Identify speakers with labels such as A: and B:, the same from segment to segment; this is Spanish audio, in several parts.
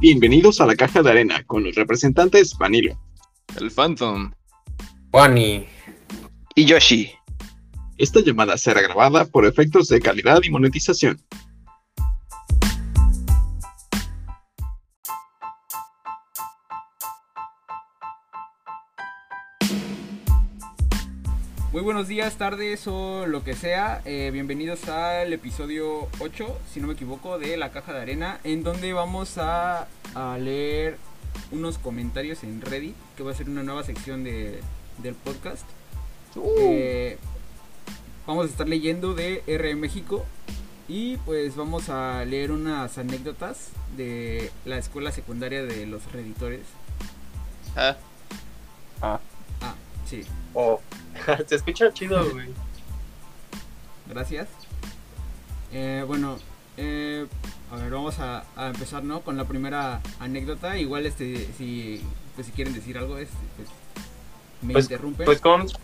A: Bienvenidos a la caja de arena con los representantes Vanilo.
B: El Phantom.
C: Juani.
D: Y Yoshi.
A: Esta llamada será grabada por efectos de calidad y monetización.
E: Muy buenos días, tardes o lo que sea. Eh, bienvenidos al episodio 8, si no me equivoco, de La Caja de Arena, en donde vamos a, a leer unos comentarios en Reddit, que va a ser una nueva sección de, del podcast. Eh, vamos a estar leyendo de R México y pues vamos a leer unas anécdotas de la escuela secundaria de los reditores.
B: Ah,
E: Sí,
F: Oh. Se escucha chido, güey.
E: Gracias. Eh, bueno, eh, a ver, vamos a, a empezar, ¿no? Con la primera anécdota. Igual, este, si, pues, si quieren decir algo, este, pues, me
F: Pues-
E: interrumpen.
F: Pues con. Sí,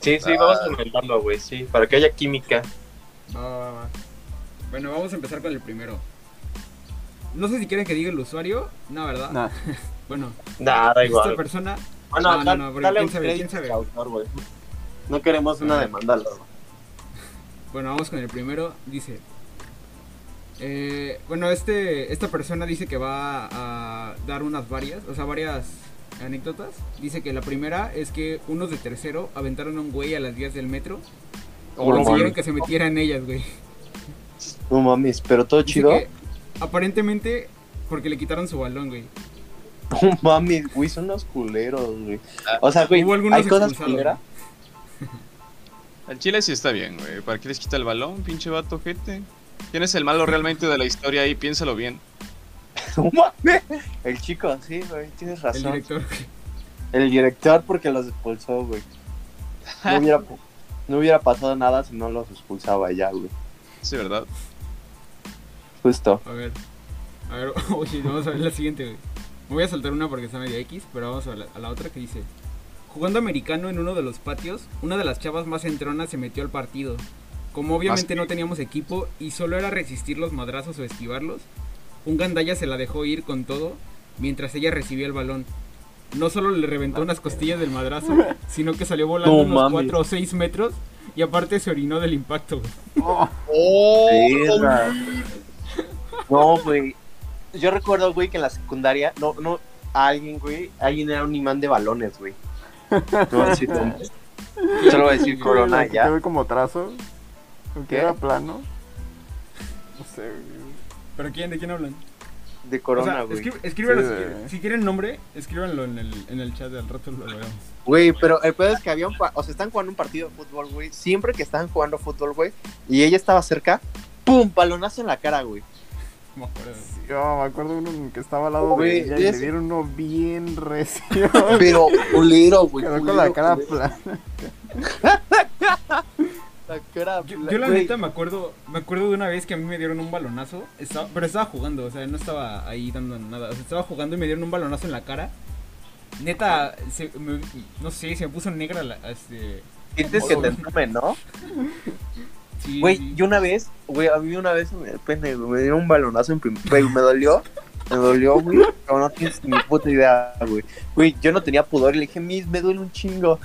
F: sí,
B: Ah.
F: vamos comentando, güey, sí, para que haya química.
E: Va, va, va. Bueno, vamos a empezar con el primero. No sé si quieren que diga el usuario. No, ¿verdad?
G: No.
E: bueno,
F: Nah, Ah,
E: esta
F: da igual.
E: persona.
F: Bueno,
E: No,
F: da-
E: no, no, porque
F: dale
E: quién
F: un
E: sabe, quién
F: crédito
E: sabe.
F: al autor, güey. No queremos una demanda, loco.
E: Bueno, vamos con el primero. Dice. eh, bueno, este, esta persona dice que va a dar unas varias, o sea, varias anécdotas. Dice que la primera es que unos de tercero aventaron a un güey a las 10 del metro.
G: Oh, no
E: consiguieron
G: mames.
E: que se metiera en ellas, güey.
D: No mames, pero todo
E: Dice
D: chido.
E: que, aparentemente porque le quitaron su balón, güey.
D: No mames, güey, son unos culeros, güey. O sea, güey,
E: Ah, Hubo algunos
D: hay cosas
E: expulsados.
D: culeras.
B: al Chile sí está bien, güey. ¿Para qué les quita el balón, pinche vato, gente? ¿Quién es el malo realmente de la historia ahí? Piénsalo bien.
D: No mames. El chico, sí, güey, tienes
E: El
D: razón.
E: director.
D: El director porque los expulsó, güey. No hubiera, no hubiera pasado nada si no los expulsaba ya, güey.
B: Sí, ¿verdad?
D: Justo.
E: A ver. A ver, oye, vamos a ver la siguiente, güey. Me voy a saltar una porque está media X, pero vamos a la, a la otra que dice. Jugando americano en uno de los patios, una de las chavas más entronas se metió al partido. Como obviamente no teníamos equipo y solo era resistir los madrazos o esquivarlos, un gandalla se la dejó ir con todo mientras ella recibía el balón. No solo le reventó unas costillas del madrazo, sino que salió volando
D: No
E: unos
D: mames.
E: 4 o 6 metros y aparte se orinó del impacto. güey. Oh,
D: Verga. No, güey. Yo recuerdo, güey, que en la secundaria, no, no, alguien, güey, alguien era un imán de balones, güey. No voy a decir nombres. Solo voy a decir corona
G: Corona,
D: Ah, ya.
G: Te ve como trazo. Aunque
D: ¿Qué?
G: era plano. No sé, güey.
E: ¿Pero quién? ¿De quién hablan?
D: De
E: O sea,
D: corona, güey.
E: escri- escríbelo
G: Sí,
E: si,
G: güey.
E: quieren, si quieren nombre, escríbanlo en el, en el chat del rato lo vemos.
D: Güey, pero el pedo es que había un. pa- O sea, están jugando un partido de fútbol, güey. Siempre que estaban jugando fútbol, güey. Y ella estaba cerca. ¡Pum! Balonazo en la cara, güey.
E: Me acuerdo.
G: Yo me acuerdo uno que estaba al lado
D: Güey,
G: de ella y le
D: ese-
G: dieron uno bien recio.
D: Pero culero, güey.
G: Quedó con
D: culero,
G: la cara pues.
D: culero.
G: plana.
D: La cara
E: Yo,
D: bla-
E: yo la
D: güey.
E: neta me acuerdo, me acuerdo de una vez que a mí me dieron un balonazo, estaba- pero estaba jugando, o sea, no estaba ahí dando nada, o sea, estaba jugando y me dieron un balonazo en la cara. Neta, se- me- no sé, se me puso negra la... Este,
D: Sientes que te entumen, ¿no?
E: sí,
D: Güey,
E: sí.
D: yo una vez, güey, a mí una vez me, pene, güey, me dieron un balonazo en prim- güey, me dolió, me dolió, güey, pero no tienes ni puta idea, güey. Güey, yo no tenía pudor y le dije, mis, me duele un chingo.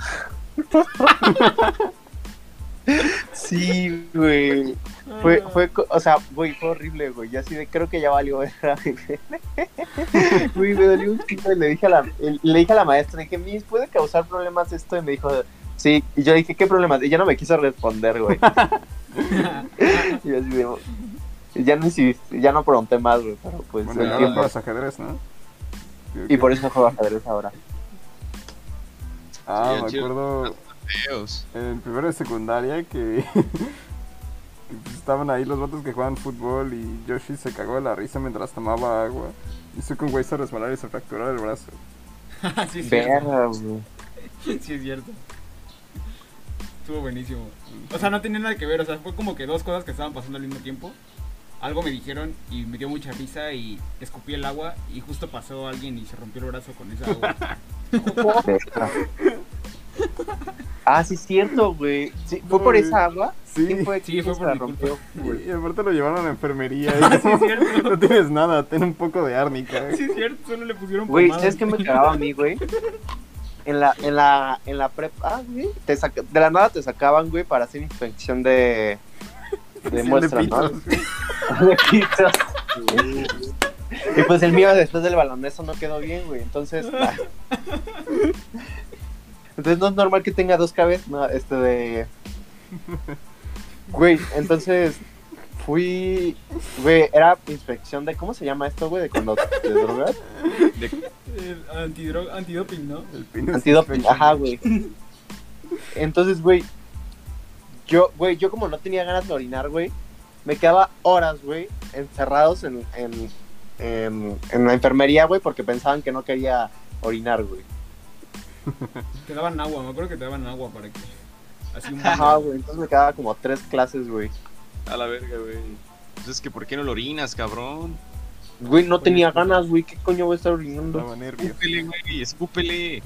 D: sí, güey. Fue, fue, co- o sea, güey, fue horrible, güey. Yo así de, creo que ya valió, verga, güey. Güey, me dolió un chingo y le dije a la, le dije a la maestra, le dije, mis, ¿puede causar problemas esto? Y me dijo, sí. Y yo le dije, ¿qué problemas? Y ya no me quiso responder, güey. Y así de, ya no insistí- ya no pregunté más, güey, pero pues
G: Bueno,
D: el
G: y ahora
D: tiempo.
G: juegas ajedrez, ¿no?
D: Y por eso juego ajedrez ahora.
G: Ah,
B: Sí,
G: me
B: chido.
G: acuerdo
B: Dios.
G: en el primero de secundaria que, que, pues, estaban ahí los vatos que jugaban fútbol y Yoshi se cagó de la risa mientras tomaba agua. Hizo que un güey se resbalara y se fracturara el brazo.
E: Ah, sí, es cierto,
D: Verga, güey.
E: sí es cierto. Estuvo buenísimo. O sea, no tenía nada que ver, o sea, fue como que dos cosas que estaban pasando al mismo tiempo. Algo me dijeron y me dio mucha risa y escupí el agua y justo pasó alguien y se rompió el brazo con esa agua.
D: Verga. Ah, sí, es cierto, güey. Sí, ¿Fue
G: No,
D: por
G: güey.
D: esa agua?
G: Sí,
D: ¿Quién fue,
E: Sí, fue
D: quién se
E: por
D: la
E: mi culpa.
D: rompió?
G: y aparte lo llevaron a la enfermería. y
E: sí, es cierto.
G: No tienes nada, ten un poco de árnica. eh.
E: Sí, es cierto, solo le pusieron
D: Güey,
E: pomada.
D: ¿sabes qué me cagaba a mí, güey? En la, en la, en la prepa, güey, te saca- de la nada te sacaban, güey, para hacer inspección de, de muestras, ¿no?
G: pitos, güey.
D: De pitos. Y pues el mío después del balonazo no quedó bien, güey, entonces... la- Entonces no es normal que tenga dos cabezas, no, este de... Güey, entonces fui, güey, era inspección de, ¿cómo se llama esto, güey? De cuando te drogas.
E: El antidro- antidoping, ¿no?
G: El pino es
D: Antidoping,
G: infection.
D: ajá, güey. Entonces, güey, yo, güey, yo como no tenía ganas de orinar, güey, me quedaba horas, güey, encerrados en, en, en, en la enfermería, güey, porque pensaban que no quería orinar, güey.
E: Te daban agua, me acuerdo que te daban agua para que. Así un
D: Ajá, güey, entonces me quedaba como tres clases, güey.
B: A la verga, güey. Pues es que ¿por qué no lo orinas, cabrón?
D: Güey, no tenía ganas, güey, ¿qué coño voy a estar orinando?
G: Estaba nervio.
B: Escúpele, güey, escúpele.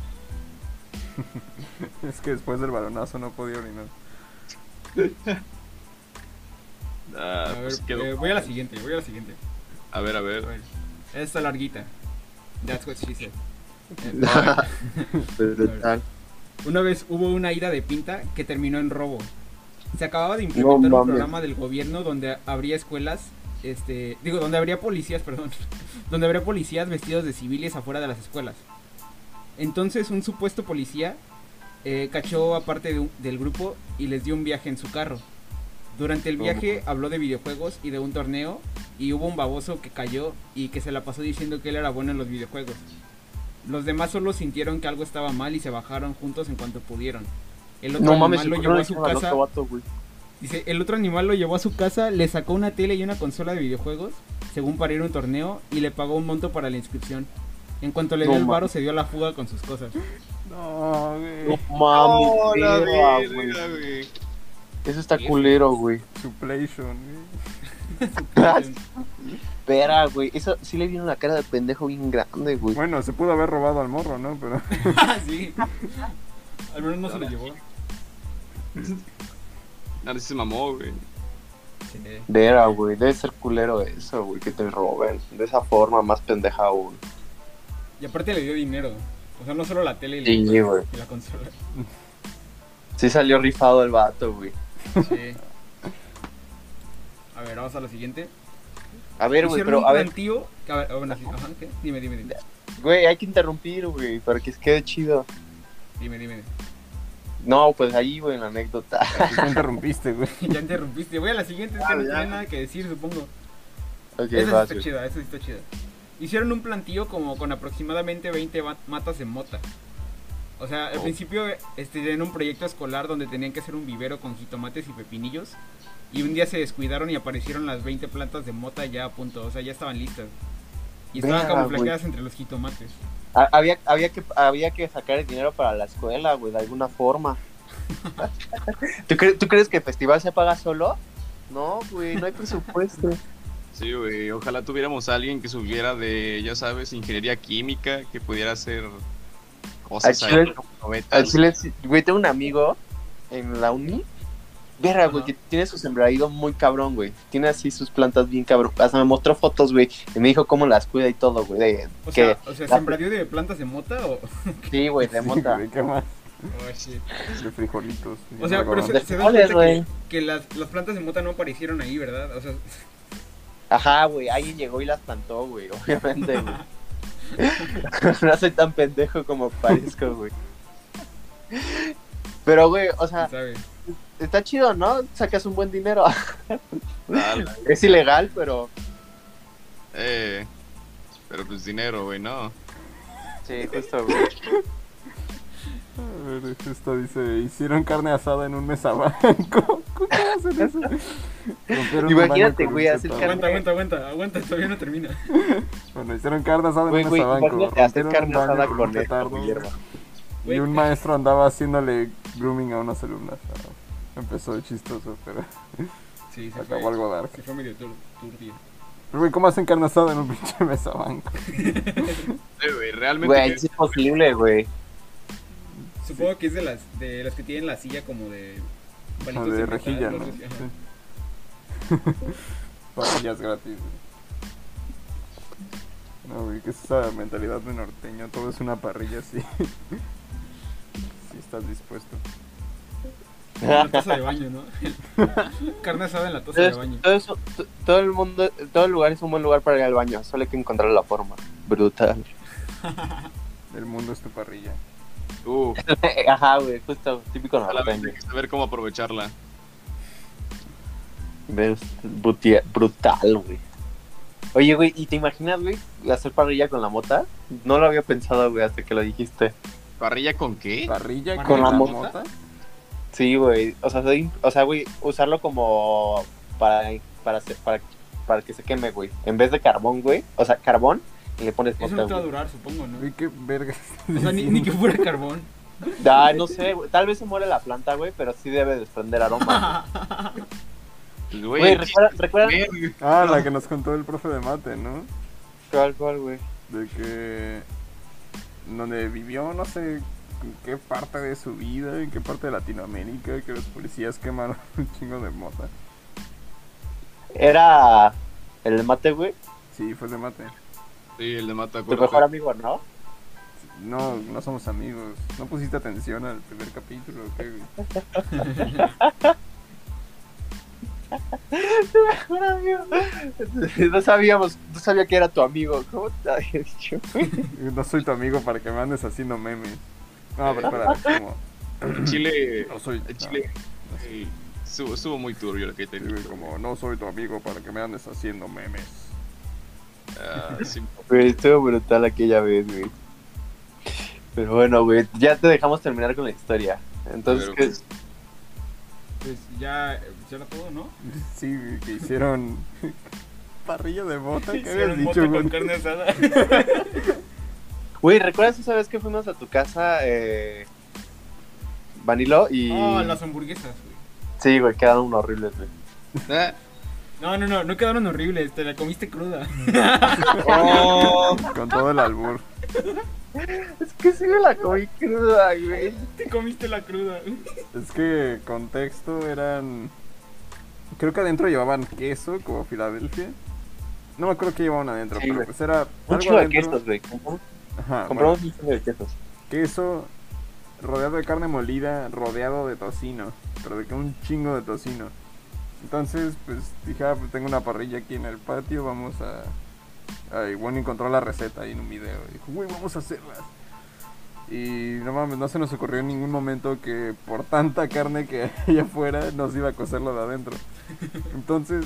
G: Es que después del balonazo no podía orinar.
B: Ah,
E: A ver,
B: pues quedó.
E: eh, voy a la siguiente, voy a la siguiente.
B: A ver, a
E: A
B: ver.
E: ver. Esta larguita. That's what she said. Eh, Una vez hubo una ida de pinta que terminó en robo. Se acababa de implementar un
D: mames.
E: programa del gobierno donde habría escuelas, este, digo, donde habría policías, perdón, donde habría policías vestidos de civiles afuera de las escuelas. Entonces un supuesto policía eh, cachó a parte de un- del grupo y les dio un viaje en su carro. Durante el viaje habló de videojuegos y de un torneo y hubo un baboso que cayó y que se la pasó diciendo que él era bueno en los videojuegos. Los demás solo sintieron que algo estaba mal y se bajaron juntos en cuanto pudieron. El otro
D: No
E: animal
D: mames,
E: lo
D: ¿por qué
E: llevó
D: no le
E: a su
D: dijeron al
E: casa.
D: otro vato, güey?
E: Dice, el otro animal lo llevó a su casa, le sacó una tele y una consola de videojuegos, según para ir a un torneo, y le pagó un monto para la inscripción. En cuanto le dio
D: No
E: el varo,
D: mames.
E: se dio a la fuga con sus cosas.
G: No, güey.
D: No mames,
G: Oh,
B: la
D: verga, güey.
B: verga, güey.
D: Eso está culero, güey.
G: Suplation, güey.
D: Espera, güey. Eso sí le vino una cara de pendejo bien grande, güey.
G: Bueno, se pudo haber robado al morro, ¿no? Pero
E: Ah, sí. Al menos no se lo llevó.
B: Ahora sí se mamó, güey.
D: Vera, güey, debe ser culero eso, güey, que te roben de esa forma más pendeja aún.
E: Y aparte le dio dinero. O sea, no solo la tele y la,
D: Sí, güey.
E: y la consola.
D: Sí salió rifado el vato, güey.
E: Sí. A ver, vamos a la siguiente.
D: A ver, güey,
E: Hicieron
D: pero
E: un
D: a ver,
E: plantío- a ver, ah, bueno, sí, ajá, ¿qué? Dime, dime, dime.
D: güey, hay que interrumpir, güey, para que quede chido.
E: Dime, dime.
D: No, pues ahí, güey, la anécdota.
G: tú te interrumpiste, güey.
E: ya interrumpiste. Voy a la siguiente,
D: Ah,
E: es que no tiene nada que decir, supongo.
D: Ok,
E: Esa sí
D: vas,
E: está
D: güey.
E: chida, esa sí está chida. Hicieron un plantillo como con aproximadamente 20 va- matas de mota. O sea, al principio este, en un proyecto escolar donde tenían que hacer un vivero con jitomates y pepinillos. Y un día se descuidaron y aparecieron las 20 plantas de mota ya a punto. O sea, ya estaban listas. Y estaban
D: Verga,
E: camuflajeadas entre los jitomates.
D: Ha- Había, había, que, había que sacar el dinero para la escuela, güey, de alguna forma. ¿Tú, cre- ¿Tú crees que el festival se paga solo? No, güey, no hay presupuesto.
E: Pues
B: Sí, güey. Ojalá tuviéramos a alguien que subiera de, ya sabes, ingeniería química, que pudiera hacer cosas
D: Al
B: ahí.
D: chile-
B: como metal.
D: Al chile, sí. güey, tengo un amigo en la uni. Verga, güey,
E: Ajá.
D: que tiene su sembradío muy cabrón, güey. Tiene así sus plantas bien cabrón. Hasta me mostró fotos, güey. Y me dijo cómo las cuida y todo, güey. de-
E: O
D: que
E: sea, o sea sembradío de plantas de mota o.
D: sí, güey, de mota.
G: Sí, güey, ¿Qué más? De frijolitos.
E: O sea, pero se,
D: De
E: se dan
D: frijoles,
E: cuenta que, que las, las plantas de mota no aparecieron ahí, ¿verdad? O sea,
D: Ajá, güey. Alguien llegó y las plantó, güey. Obviamente, güey. no soy tan pendejo como parezco, güey. Pero, güey, o sea,
E: ¿sabes?
D: está chido, ¿no? Sacas un buen dinero.
B: Ah, la-
D: es ilegal, pero.
B: eh, pero pues dinero, güey, no.
D: Sí, justo, güey.
G: A ver, esto dice, hicieron carne asada en un mesabanco. ¿Cómo hacen eso? Rompieron un
D: Imagínate,
G: baño con un
D: güey, hacer
G: centauro.
D: carne-
E: Aguanta, aguanta, aguanta, aguanta, todavía no termina.
G: Bueno, hicieron carne asada en
D: Güey,
G: un
D: güey,
G: mesabanco.
D: imagínate hacer
G: rompieron un
D: carne
G: baño
D: asada
G: un
D: con esto,
G: petardo,
D: güey, hierba.
G: Y un maestro andaba haciéndole grooming a unas alumnas. Ah, Empezó chistoso, pero
E: Sí, se
G: acabó
E: fue,
G: algo dark.
E: se fue medio tur- turbio.
G: Pero, güey, ¿cómo hacen carne asada en un pinche mesabanco?
B: Eh, güey, realmente.
D: Güey, es imposible, güey.
E: Supongo que es de las, de las que tienen la silla como de.
G: Como de
E: palitos metal,
G: rejilla, ¿no?
E: Ajá.
G: Sí. Parrillas gratis, güey. No, güey, que es esa mentalidad de norteño, todo es una parrilla así. si estás dispuesto.
E: En la
D: Ah.
E: taza de baño, ¿no? Carne asada en la taza de baño.
D: Todo, eso- t- todo el mundo, todo el lugar es un buen lugar para ir al baño, solo hay que encontrar la forma. Brutal.
G: El mundo es tu parrilla.
B: Uf,
D: Ajá, güey, justo, típico
B: solamente
D: norteño.
B: hay que saber cómo aprovecharla.
D: Ves, brutia- Brutal, güey. Oye, güey, ¿y te imaginas, güey, hacer parrilla con la mota? No lo había pensado, güey, hasta que lo dijiste.
B: ¿Parrilla con qué?
G: ¿Parrilla
E: ¿Con
G: con
D: la
G: la
D: mota?
G: mota?
D: Sí, güey. O sea, soy- o sea, güey, usarlo como para, para, hacer- para, para que se queme, güey. En vez de carbón, güey. O sea, carbón y le pones
E: Eso
D: mota,
E: no te va a
D: güey.
E: durar, supongo, ¿no?
G: Uy, qué verga. estás
E: O sea, ni,
G: diciendo.
E: ni que fuera carbón.
D: Ah, no sé, güey. Tal vez se muere la planta, güey, pero sí debe desprender aroma.
B: Pues,
D: güey.
B: güey,
D: Güey, recuerda, recuerda
B: ver, güey.
G: Ah, la que nos contó el profe de mate, ¿no?
D: ¿Cuál, cuál, güey?
G: De que. Donde vivió, no sé en qué parte de su vida, en qué parte de Latinoamérica, que los policías quemaron un chingo de mota.
D: Era el de mate, güey.
G: Sí, fue de mate.
B: Sí, el de Mata
D: Tu
B: acuérdate.
D: mejor amigo, ¿no?
G: No, no somos amigos. No pusiste atención al primer capítulo, ¿o qué, güey?
D: mejor amigo. No sabíamos, no sabía que era tu amigo. ¿Cómo te había dicho?
G: No soy tu amigo para que me andes haciendo memes. No, pero espera, como.
B: En Chile,
G: No soy.
B: en Chile, eh, estuvo estuvo muy turbio lo que te
G: no, sí, güey, como no soy tu amigo para que me andes haciendo memes.
B: Ah, sí.
D: Güey, estuvo brutal aquella vez, güey. Pero bueno, güey, ya te dejamos terminar con la historia. Entonces,
B: Pero,
D: ¿qué-
B: pues,
E: Pues ya, ya era todo, ¿no?
G: Sí, güey, que hicieron. Parrilla de mota, ¿qué habías
E: Hicieron
G: dicho,
E: mota
G: güey?
E: con carne asada.
D: güey, ¿recuerdas esa vez que fuimos a tu casa, eh, Vanilo? Y...
E: Oh, las hamburguesas, güey.
D: Sí, güey, quedaron horribles, güey.
B: ah,
E: No, no, no, no quedaron horribles, te la comiste cruda.
B: oh,
G: Con todo el albur.
D: Es que sí me la comí cruda, güey.
E: Te comiste la cruda.
G: Es que contexto eran. Creo que adentro llevaban queso, como Filadelfia. No me acuerdo que llevaban adentro,
D: Sí,
G: pero
D: güey.
G: pues era.
D: Un
G: algo
D: chingo de
G: adentro.
D: quesos, güey. Compramos
G: Ajá, bueno,
D: compramos un chingo de quesos.
G: queso rodeado de carne molida, rodeado de tocino, pero de que un chingo de tocino. Entonces, pues dije, ah, pues tengo una parrilla aquí en el patio, vamos a... Ay, bueno, encontró la receta ahí en un video. y Dijo, güey, vamos a hacerlas. Y no mames, no se nos ocurrió en ningún momento que por tanta carne que había afuera nos iba a cocer lo de adentro. Entonces,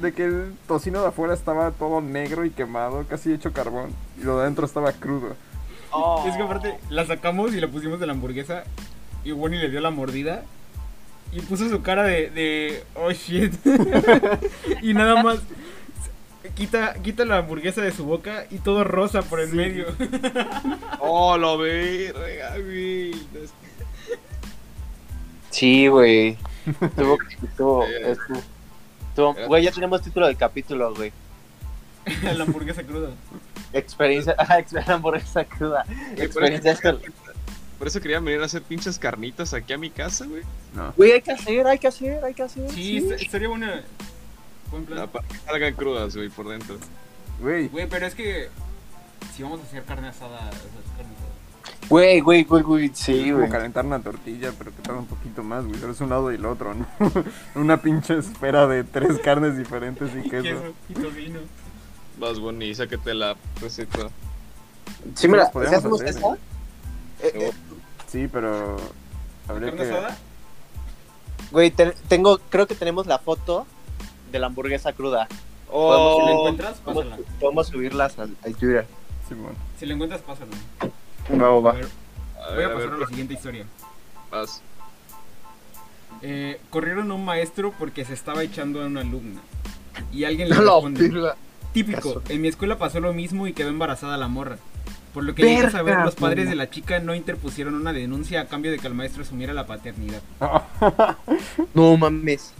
G: de que el tocino de afuera estaba todo negro y quemado, casi hecho carbón, y lo de adentro estaba crudo.
E: Es que aparte la sacamos y la pusimos de la hamburguesa y Bonnie le dio la mordida y puso su cara de, de oh shit y nada más quita, quita la hamburguesa de su boca y todo rosa por el medio.
B: oh, lo ve, rega, güey.
D: Sí, güey. Estuvo, estuvo,
B: Era-
D: estuvo- estuvo-
B: era-
D: Güey, ya tenemos título del capítulo, güey.
E: la hamburguesa cruda.
D: Experiencia, ah, exper- hamburguesa cruda. Experiencias con...
B: Por eso querían venir a hacer pinches carnitas aquí a mi casa, güey.
G: No.
D: Güey, hay que hacer, hay que hacer, hay que hacer.
E: Sí, est- estaría buena. Buen plan.
B: Ah, Para que salgan crudas, güey, por dentro.
G: Güey,
E: Güey, pero es que si vamos a hacer carne asada, o sea, carne asada.
D: Güey, güey, güey, güey,
G: es
D: sí,
G: como
D: güey.
G: calentar una tortilla, pero que tarda un poquito más, güey. Pero es un lado y el otro, ¿no? una pinche esfera de tres carnes diferentes y
E: Y
G: queso.
E: queso y tocino.
B: Vas, Bonnie, sácate la receta.
D: Sí, mira,
G: las podríamos
D: ¿sí hacemos
G: hacer,
D: esa? Eh, eh,
G: Sí, pero. Habría
E: ¿Carne asada?
G: que.
D: Güey, te- tengo, creo que tenemos la foto de la hamburguesa cruda.
B: Oh,
E: Si la
D: Podemos-
E: encuentras, pásala.
D: Podemos, podemos subirlas al, al Twitter.
G: Simón.
E: Si la encuentras, pásala.
D: No,
E: A
D: va.
E: ver,
B: a
E: voy
B: ver,
E: a
B: a ver,
E: pasar a la siguiente historia.
B: vas.
E: Eh, corrieron a un maestro porque se estaba echando a una alumna. Y alguien le
D: No lo
E: responde, típico, en mi escuela pasó lo mismo y quedó embarazada la morra. Por lo que llegué a saber,
D: Verga,
E: los padres de la chica no interpusieron una denuncia a cambio de que el maestro asumiera la paternidad.
D: No mames.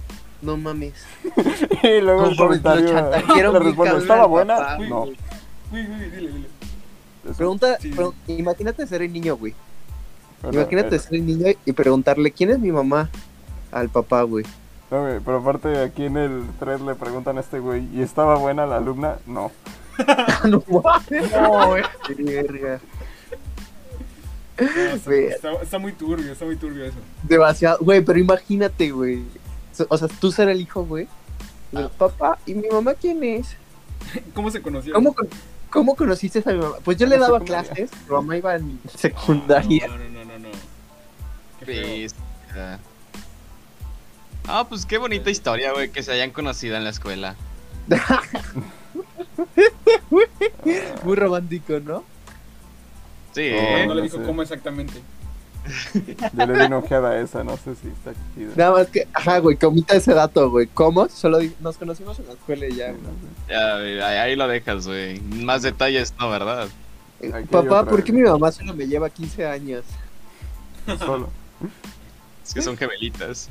D: No mames.
G: y luego
D: No,
G: el
D: mames, lo
G: comentario.
D: chantajearon
G: la
D: bien
G: respuesta:
D: cabrón
G: ¿estaba
D: al
G: buena?
D: papá,
G: No.
E: Uy, uy, dile, dile.
G: Eso.
D: Pregunta,
E: Sí.
D: pre- imagínate ser el niño, güey.
G: Pero,
D: Imagínate
G: eh,
D: ser el niño y preguntarle, ¿quién es mi mamá? Al papá, güey.
G: no, güey, pero aparte aquí en el 3 le preguntan a este güey, ¿y estaba buena la alumna? No.
D: no, mames. no, güey. Verga.
E: Está,
D: Ver-
E: está- está muy turbio, está muy turbio eso.
D: Demasiado, güey, pero imagínate, güey. So- O sea, tú ser el hijo, güey. Pero, Papá, ¿y mi mamá quién es?
E: ¿Cómo se conocieron?
D: ¿Cómo, con- cómo conociste a mi mamá? Pues yo le
G: En la
D: daba
G: secundaria.
D: clases, mi mamá iba en secundaria.
E: No, no, no, no. no. Qué feo.
B: Bestia. Ah, pues qué bonita historia, güey, que se hayan conocido en la escuela.
D: Muy romántico, ¿no?
B: Sí,
G: No,
D: Oh,
B: ¿eh?
E: No le
G: no
E: dijo
G: sé.
E: cómo exactamente.
G: Yo le di una ojeada a esa, no sé si está chida.
D: Nada más que, ajá, güey, comita ese dato, güey. ¿Cómo? Solo di- nos conocimos en la escuela y ya,
G: Sí, no
D: güey.
G: sé.
B: Ya, güey, ahí, ahí lo dejas, güey. Más detalles, no, ¿verdad?
D: Eh,
G: Aquí hay
D: Papá,
G: otra,
D: ¿por qué
G: güey.
D: mi mamá solo me lleva 15 años?
G: Solo.
B: Es que son gemelitas.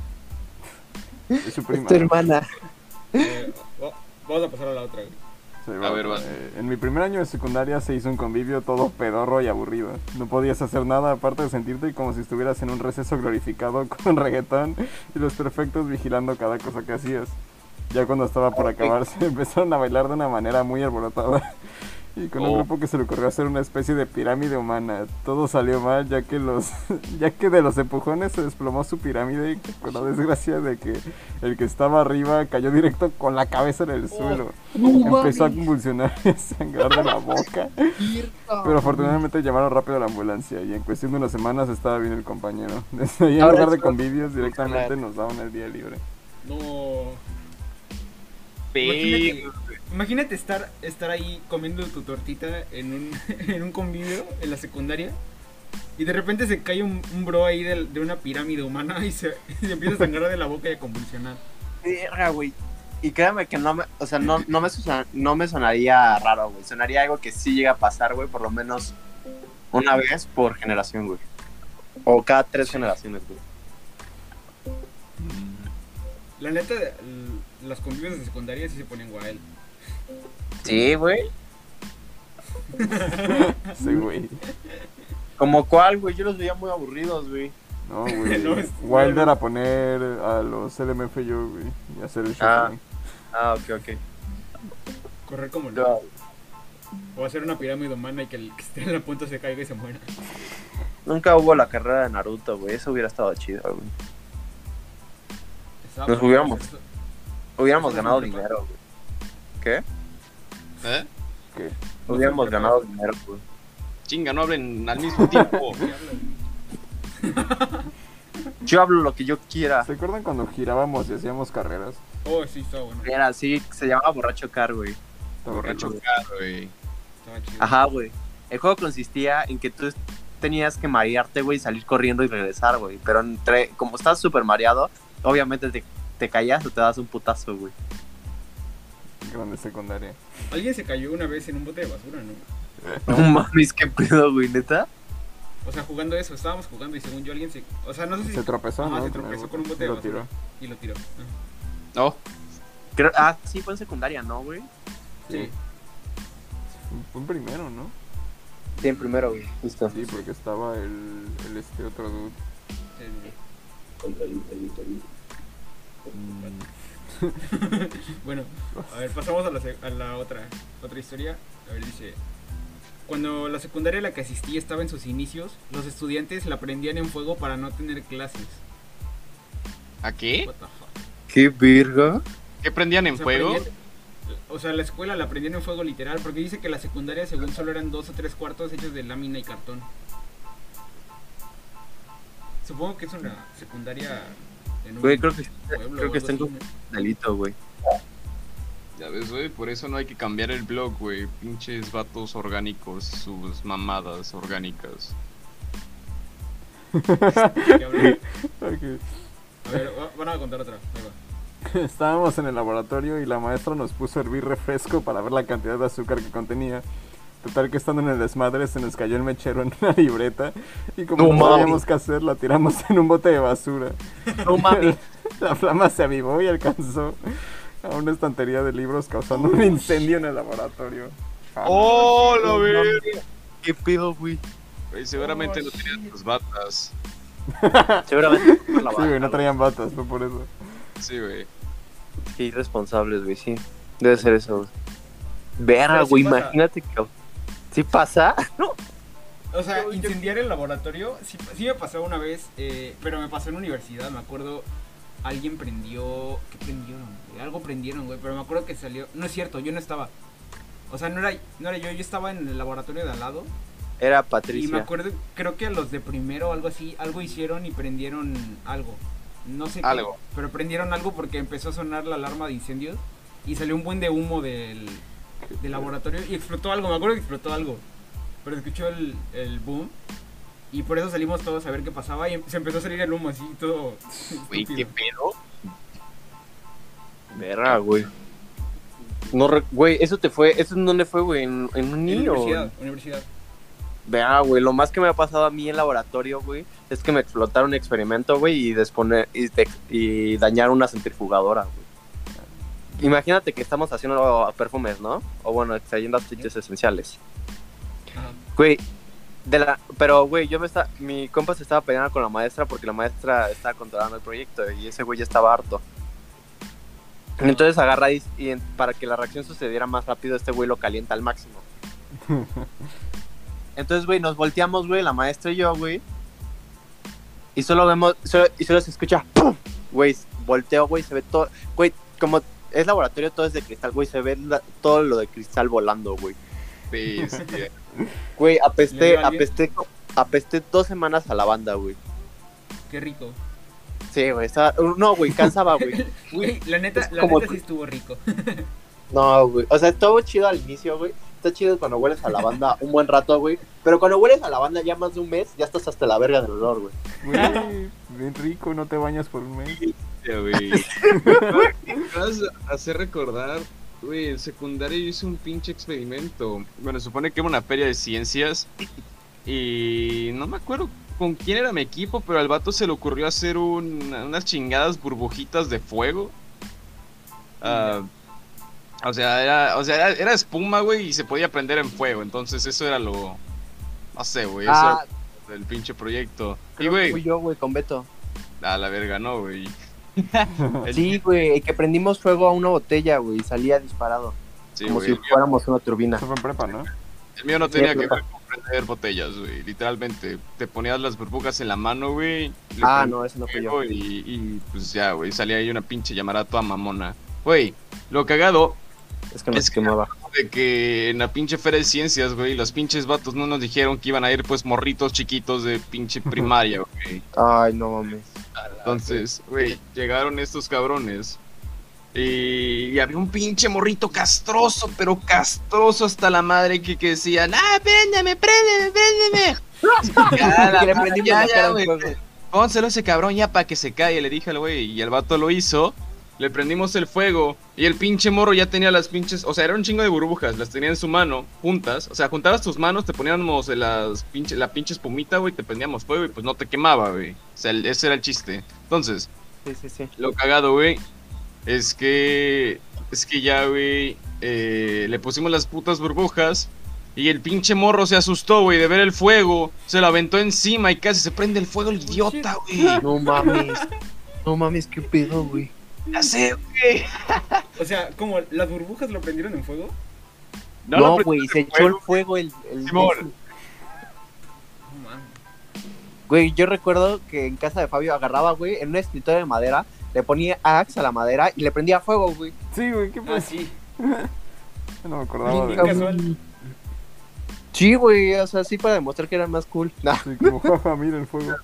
G: Es su prima.
D: Es tu hermana.
E: Eh, va- vamos a pasar a la otra. güey.
G: Sí,
B: A ver, vas.
G: eh, en mi primer año de secundaria se hizo un convivio todo pedorro y aburrido. No podías hacer nada aparte de sentirte como si estuvieras en un receso glorificado con reggaetón y los perfectos vigilando cada cosa que hacías. Ya cuando estaba por acabarse, empezaron a bailar de una manera muy alborotada. Y con un
B: Oh.
G: grupo que se le ocurrió hacer una especie de pirámide humana. Todo salió mal ya que los ya que de los empujones se desplomó su pirámide con la desgracia de que el que estaba arriba cayó directo con la cabeza en
B: Oh.
G: el suelo. Empezó a convulsionar y a sangrar de la boca. Pero afortunadamente llamaron rápido a la ambulancia y en cuestión de unas semanas estaba bien el compañero. Desde ahí en
D: Ahora
G: lugar
D: sí
G: de
D: va-
G: convivios directamente nos daban el día libre.
E: No.
B: Sí,
E: Imagínate, imagínate estar, estar ahí comiendo tu tortita en un, en un convivio en la secundaria y de repente se cae un, un bro ahí del- de, una pirámide humana y se, y se empieza a sangrar de la boca y a convulsionar.
D: Verga, güey. Y créeme que no me, o sea, no, no, me, susa- no me sonaría raro, güey. Sonaría algo que sí llega a pasar, güey, por lo menos una vez por generación, güey. O cada tres generaciones, güey.
E: La neta, l- las convivios de secundaria sí se ponen guay.
D: Sí, güey.
G: Sí, güey.
D: Como cuál, güey. Yo los veía muy aburridos, güey.
G: No, güey.
E: No, es-
G: Wilder a poner a los LMFAO, güey, y hacer el show.
D: Ah.
G: güey.
D: Ah, ok, ok.
E: Correr como no. O hacer una pirámide humana y que el que esté en la punta se caiga y se muera.
D: Nunca hubo la carrera de Naruto, güey. Eso hubiera estado chido, güey.
E: Estaba
D: Nos
E: por-
D: hubiéramos.
E: eso-
D: Hubiéramos
E: Eso no es
D: ganado
E: muy
D: dinero, güey. ¿Qué?
B: ¿eh?
G: Que-
D: Hubiéramos
E: muy
D: ganado dinero, güey.
B: Chinga, no hablen al mismo tiempo.
E: ¿qué hablas?
D: Yo hablo lo que yo quiera.
G: ¿Se acuerdan cuando girábamos y hacíamos carreras?
E: Oh, sí, estaba bueno.
D: Era así, se llamaba Borracho Car, güey.
G: Estaba
B: Borracho
G: horrible.
B: caro, güey.
E: Estaba chido.
D: Ajá, güey. El juego consistía en que tú tenías que marearte, güey, y salir corriendo y regresar, güey. Pero entre, como estás súper mareado, obviamente te, te callas o te das un putazo, güey.
G: Grande secundaria.
E: Alguien se cayó una vez en un bote de basura, ¿no?
D: No mames, qué pedo, güey, neta.
E: O sea, jugando eso, estábamos jugando y según yo alguien se... O sea, no sé si...
G: Se tropezó,
E: Ajá,
G: ¿no?
E: se tropezó con un bote
G: Y
E: de
G: lo tiró.
E: basura. Y lo tiró. Ajá.
B: No,
D: Creo- ah, sí, fue en secundaria, ¿no, güey?
E: Sí.
G: Fue un primero, ¿no?
D: Sí, en primero, güey. Listo.
G: Sí, porque estaba el, el este otro dude.
E: sí, sí. Bueno, a ver, pasamos a la, se- a la otra, otra historia. A ver, dice... Cuando la secundaria a la que asistí estaba en sus inicios, los estudiantes la prendían en fuego para no tener clases.
B: ¿a qué?
E: What the fuck.
D: Qué verga.
B: ¿Qué prendían en
E: O sea,
B: fuego?
E: prendían- O sea, la escuela la prendían en fuego literal, porque dice que la secundaria según solo eran dos o tres cuartos hechos de lámina y cartón. Supongo que es una secundaria en un
D: Güey, creo que,
E: pueblo
D: creo
E: o
D: que
E: algo
D: está en
E: así,
D: tu- delito, güey.
B: Ya ves, güey, por eso no hay que cambiar el blog, güey. Pinches vatos orgánicos, sus mamadas orgánicas.
E: ¿no? Que hablan-
G: Ok.
E: A ver, va- van a contar otra. Ahí va.
G: Estábamos en el laboratorio y la maestra nos puso a hervir refresco para ver la cantidad de azúcar que contenía. Total que estando en el desmadre se nos cayó el mechero en una libreta y como
D: No
G: no,
D: mames.
G: sabíamos qué hacer la tiramos en un bote de basura.
D: No mames.
G: La flama se avivó y alcanzó a una estantería de libros causando un incendio en el laboratorio.
B: ¡Oh,
D: Ah, No
B: lo vi!
D: mames. Qué pedo, güey.
B: Güey, seguramente
E: Oh,
B: no tenían tus batas.
F: Seguramente por la
D: Ah,
G: Sí,
F: banda,
G: güey, no traían batas, fue por eso.
B: Sí, güey.
F: güey. Sí, irresponsables, güey, sí. Debe ser eso, güey. Verga,
E: Pero sí
F: güey,
E: pasa.
F: imagínate que... ¿Sí pasa?
E: O sea, incendiar el laboratorio, sí, sí me pasó una vez, eh, pero me pasó en universidad, me acuerdo, alguien prendió, ¿qué prendieron? güey? Algo prendieron, güey, pero me acuerdo que salió, no es cierto, yo no estaba, o sea, no era, no era yo, yo estaba en el laboratorio de al lado,
F: Era
E: y me
F: Patricia.
E: acuerdo, creo que los de primero o algo así, algo hicieron y prendieron algo, no sé qué,
B: Algo.
E: pero prendieron algo porque empezó a sonar la alarma de incendios y salió un buen de humo del, del laboratorio y explotó algo, me acuerdo que explotó algo. Pero escuchó el, el boom y por eso salimos todos a ver qué pasaba y em- se empezó a salir el humo así todo.
B: Güey, qué
E: estúpido.
B: pedo.
F: Verga, güey. No, re- güey, eso te fue, eso en dónde fue, güey, en, en un
E: En
F: niño.
E: universidad, universidad.
F: Vea, güey, lo más que me ha pasado a mí en laboratorio, güey, es que me explotaron un experimento, güey, y, desponer- y, te- y dañar una centrifugadora, güey. Imagínate que estamos haciendo perfumes, ¿no? O bueno, extrayendo aceites esenciales.
E: Ajá.
F: Güey, de la, pero, güey, yo me estaba, mi compa se estaba peleando con la maestra porque la maestra estaba controlando el proyecto y ese güey ya estaba harto. Entonces agarra y, y en- para que la reacción sucediera más rápido, este güey lo calienta al máximo. Entonces, güey, nos volteamos, güey, la maestra y yo, güey. Y solo vemos, solo- y solo se escucha, ¡pum! Güey, volteo, güey, se ve todo. Güey, como es laboratorio, todo es de cristal, güey, se ve la- todo lo de cristal volando, güey.
B: Bestia.
F: Güey,
E: ¿Le
F: apesté,
E: dio a alguien?
F: apesté, apesté dos semanas a la banda, güey.
E: Qué rico.
F: Sí, güey, estaba. uh, No, güey, cansaba, güey.
E: Güey, la neta,
F: Es
E: la
F: como
E: neta
F: tú.
E: sí estuvo rico.
F: No, güey. O sea, estuvo chido al inicio, güey. Está chido cuando hueles a la banda un buen rato, güey. Pero cuando hueles a la banda ya más de un mes, ya estás hasta la verga del olor, güey.
G: Güey, bien rico, no te bañas por un mes.
B: Ya, Este, güey. Me vas a hacer recordar, güey, en secundaria yo hice un pinche experimento. Bueno, se supone que era una feria de ciencias y no me acuerdo con quién era mi equipo, pero al vato se le ocurrió hacer un- unas chingadas burbujitas de fuego. Ah, o sea, era, o sea, era, era espuma, güey, y se podía prender en fuego. Entonces eso era lo, no sé, güey, eso
F: Ah,
B: era del pinche proyecto. Y
F: creo que fui
B: güey,
F: yo, güey, con Beto.
B: a la verga, no, güey. El-
F: Sí, güey, que prendimos fuego a una botella, güey, y salía disparado.
B: sí,
F: como
B: güey,
F: si
B: el mío-
F: fuéramos una turbina.
G: Eso fue en prepa, ¿no?
B: El mío no
F: Sí,
B: tenía
F: es
B: que
F: verdad.
B: ver con prender botellas, güey. Literalmente, te ponías las burbujas en la mano, güey. le
F: Ah,
B: prendías
F: no, eso no fui yo.
B: fuego Y, y, pues ya, güey, salía ahí una pinche llamarada toda mamona. Güey, lo cagado
F: Es que me
B: Es que-
F: quemaba.
B: de que en la pinche feria de ciencias, güey, los pinches vatos no nos dijeron que iban a ir, pues, morritos chiquitos de pinche primaria, güey.
F: Ay, no mames.
B: Entonces,
F: Ah,
B: güey, llegaron estos cabrones. Y, y había un pinche morrito castroso, pero castroso hasta la madre que, que decían, ah, préndeme, préndeme, préndeme. Ya, la
F: Que le
B: madre,
F: prendimos
B: ya,
F: la
B: ya,
F: cara en
B: güey,
F: fuego.
B: Pónselo a ese cabrón ya para que se calle, le dije al güey. Y el vato lo hizo. Le prendimos el fuego. Y el pinche morro ya tenía las pinches. O sea, era un chingo de burbujas. Las tenía en su mano, juntas. O sea, juntabas tus manos, te poníamos las pinche, la pinche espumita, güey. Te prendíamos fuego y pues no te quemaba, güey. O sea, el- ese era el chiste. Entonces,
F: Sí, sí, sí.
B: lo cagado, güey, es que. Es que ya, güey. eh, le pusimos las putas burbujas. Y el pinche morro se asustó, güey, de ver el fuego. Se lo aventó encima y casi se prende el fuego el idiota, güey.
F: No mames. No mames, qué pedo, güey.
B: Ya sé.
E: O sea, como las burbujas lo prendieron en fuego.
B: No,
F: No,
B: no,
F: güey, se echó el fuego el. el-
B: Simón.
E: No mames.
F: Güey, yo recuerdo que en casa de Fabio agarraba, güey, en un escritorio de madera, le ponía axe a la madera y le prendía fuego, güey.
G: Sí, güey, ¿qué
E: Ah,
G: pasa?
E: sí.
G: Yo No me acordaba
E: Bien
G: de eso.
E: casual.
F: Sí, güey, o sea, sí para demostrar que eran más cool. Nah.
G: Sí, como, jaja, mira el fuego.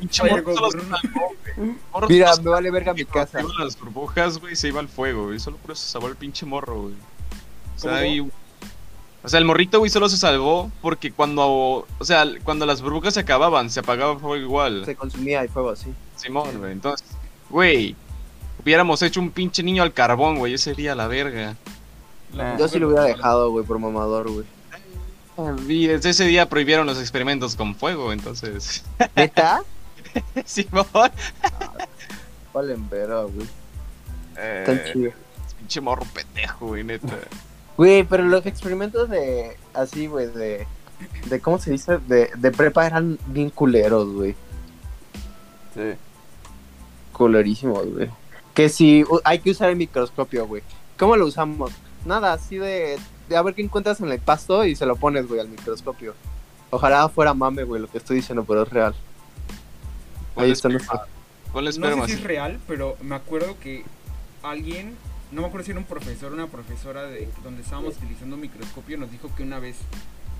B: pinche
E: Oye,
B: morro
E: como
B: solo
E: por
B: se
E: una-
B: morro
F: Mira,
B: solo se-
F: me vale verga mi casa.
B: iban las burbujas, güey, se iba al fuego, güey. Solo por eso se salvó el pinche morro, güey. O sea,
E: ¿Cómo?
B: ahí- o sea, el morrito, güey, solo se salvó porque cuando. O sea, cuando las burbujas se acababan, se apagaba el fuego igual.
F: Se consumía el fuego, sí.
B: Simón, güey. Entonces, güey, hubiéramos hecho un pinche niño al carbón, güey. Ese día la verga.
D: Ah,
G: Nah.
F: Yo sí lo hubiera dejado, güey, por mamador, güey.
B: Y desde ese día prohibieron los experimentos con fuego, entonces.
F: ¿Neta?
B: Simón.
F: Vale, verga, güey. Tan
B: Eh,
F: chido.
B: pinche morro pendejo, güey, neta.
F: Güey, pero los experimentos de. Así, güey, de.
D: de cómo se dice, de, de prepa eran bien culeros, güey.
G: Sí.
D: Culerísimos, güey. Que si u- hay que usar el microscopio, güey. ¿Cómo lo usamos? Nada, así de, de a ver qué encuentras en el pasto y se lo pones, güey, al microscopio. Ojalá fuera mame, güey, lo que estoy diciendo, pero es real. Ahí
B: Ponle,
D: está
B: esper-
D: nuestra-
B: ponle
E: No
B: esperma.
E: sé si es real, pero me acuerdo que alguien, no me acuerdo si era un profesor o una profesora de donde estábamos utilizando un microscopio, nos dijo que una vez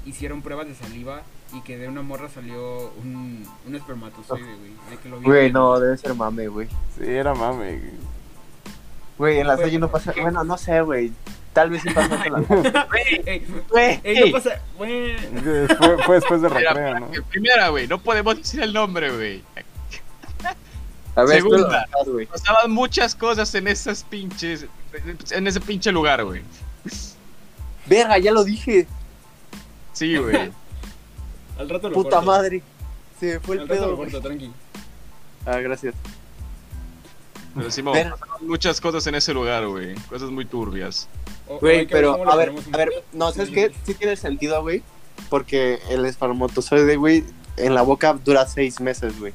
E: hicieron pruebas de saliva y que de una morra salió un, un espermatozoide, güey. De que lo vieron.
D: Güey, no, debe ser mame, güey.
G: Sí, era mame. güey.
D: Güey, en la
E: Güey,
D: calle no pasa.
E: ¿qué?
D: Bueno, no sé, güey. Tal vez sí pasa. en la-
E: Ey,
D: Güey,
E: ey, no pasa. Güey.
G: Fue, fue después de
B: Mira,
G: recreo, ¿no?
B: Eh, Primera, güey, no podemos decir el nombre, güey.
D: A ver, tú lo
B: Segunda.
D: sacas, güey.
B: Pasaban muchas cosas en esas pinches. En ese pinche lugar, güey.
D: Verga, ya lo dije.
B: Sí, güey.
E: Al rato lo
D: Puta
E: corto.
D: madre. Se me fue el
E: Al rato
D: pedo.
E: lo
D: güey.
E: corto, tranqui.
D: Ah, gracias.
B: Pero Simón,
D: Ver-
B: pasaban muchas cosas en ese lugar, güey. Cosas muy turbias.
E: O- o hay
D: Güey,
E: que ver cómo
D: pero
E: lo
D: a ver,
E: ponemos un-
D: a ver, no, ¿sabes qué? Sí tiene sentido, güey. Porque el espermatozoide, güey, en la boca dura seis meses, güey.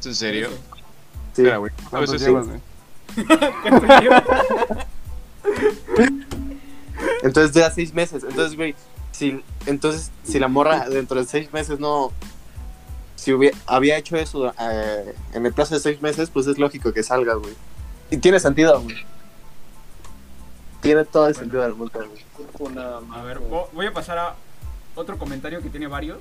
B: ¿Es en serio?
E: Eso.
D: Sí.
B: Espera, güey. A
G: ¿Cuántos
B: veces
G: llevas, güey?
D: Entonces dura seis meses. Entonces, güey, si, entonces, si la morra dentro de seis meses no. Si hubiera, había hecho eso eh, en el plazo de seis meses, pues es lógico que salga, güey. Y tiene sentido, güey. Tiene todo el sentido del mundo, güey.
E: A ver, vo- voy a pasar a otro comentario que tiene varios.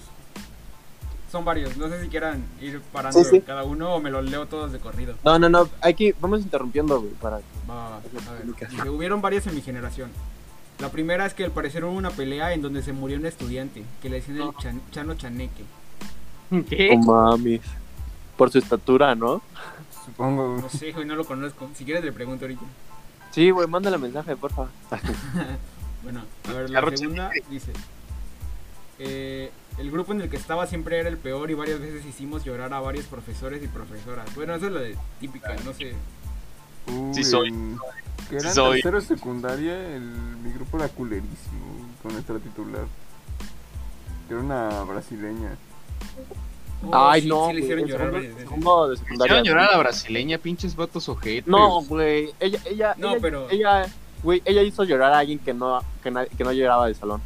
E: Son varios, no sé si quieran ir parando
D: Sí, sí.
E: cada uno o me los leo todos de corrido.
D: No, no, no. Aquí vamos interrumpiendo, güey, para
E: Va, va, va. A ver, dice, hubieron varias en mi generación. La primera es que al parecer hubo una pelea en donde se murió un estudiante, que le decían el chan- Chano Chaneque.
D: Oh, mami. Por su estatura, ¿no?
G: Supongo, güey.
E: No sé, güey, no lo conozco. Si quieres le pregunto ahorita.
D: Sí, güey, mándale mensaje, porfa.
E: Bueno, a ver, la
B: Chano
E: segunda dice... eh, el grupo en el que estaba siempre era el peor y varias veces hicimos llorar a varios profesores y profesoras. Bueno, esa es la de típica, no sé.
G: Uy,
B: Sí soy.
G: en- Que era en
B: soy.
G: tercero de secundaria, el, mi grupo era culerísimo güey, con nuestra titular. Que era una brasileña.
E: Oh,
D: Ay,
E: sí,
D: no.
E: sí le
D: güey,
E: hicieron
D: en
E: llorar
D: segundo-
E: varias veces.
D: segundo de secundaria,
B: Hicieron llorar a la brasileña, pinches vatos ojetes.
D: No, güey. Ella, ella,
E: No,
D: ella,
E: pero-
D: ella, güey, ella hizo llorar a alguien que no, que, na- que no lloraba del salón.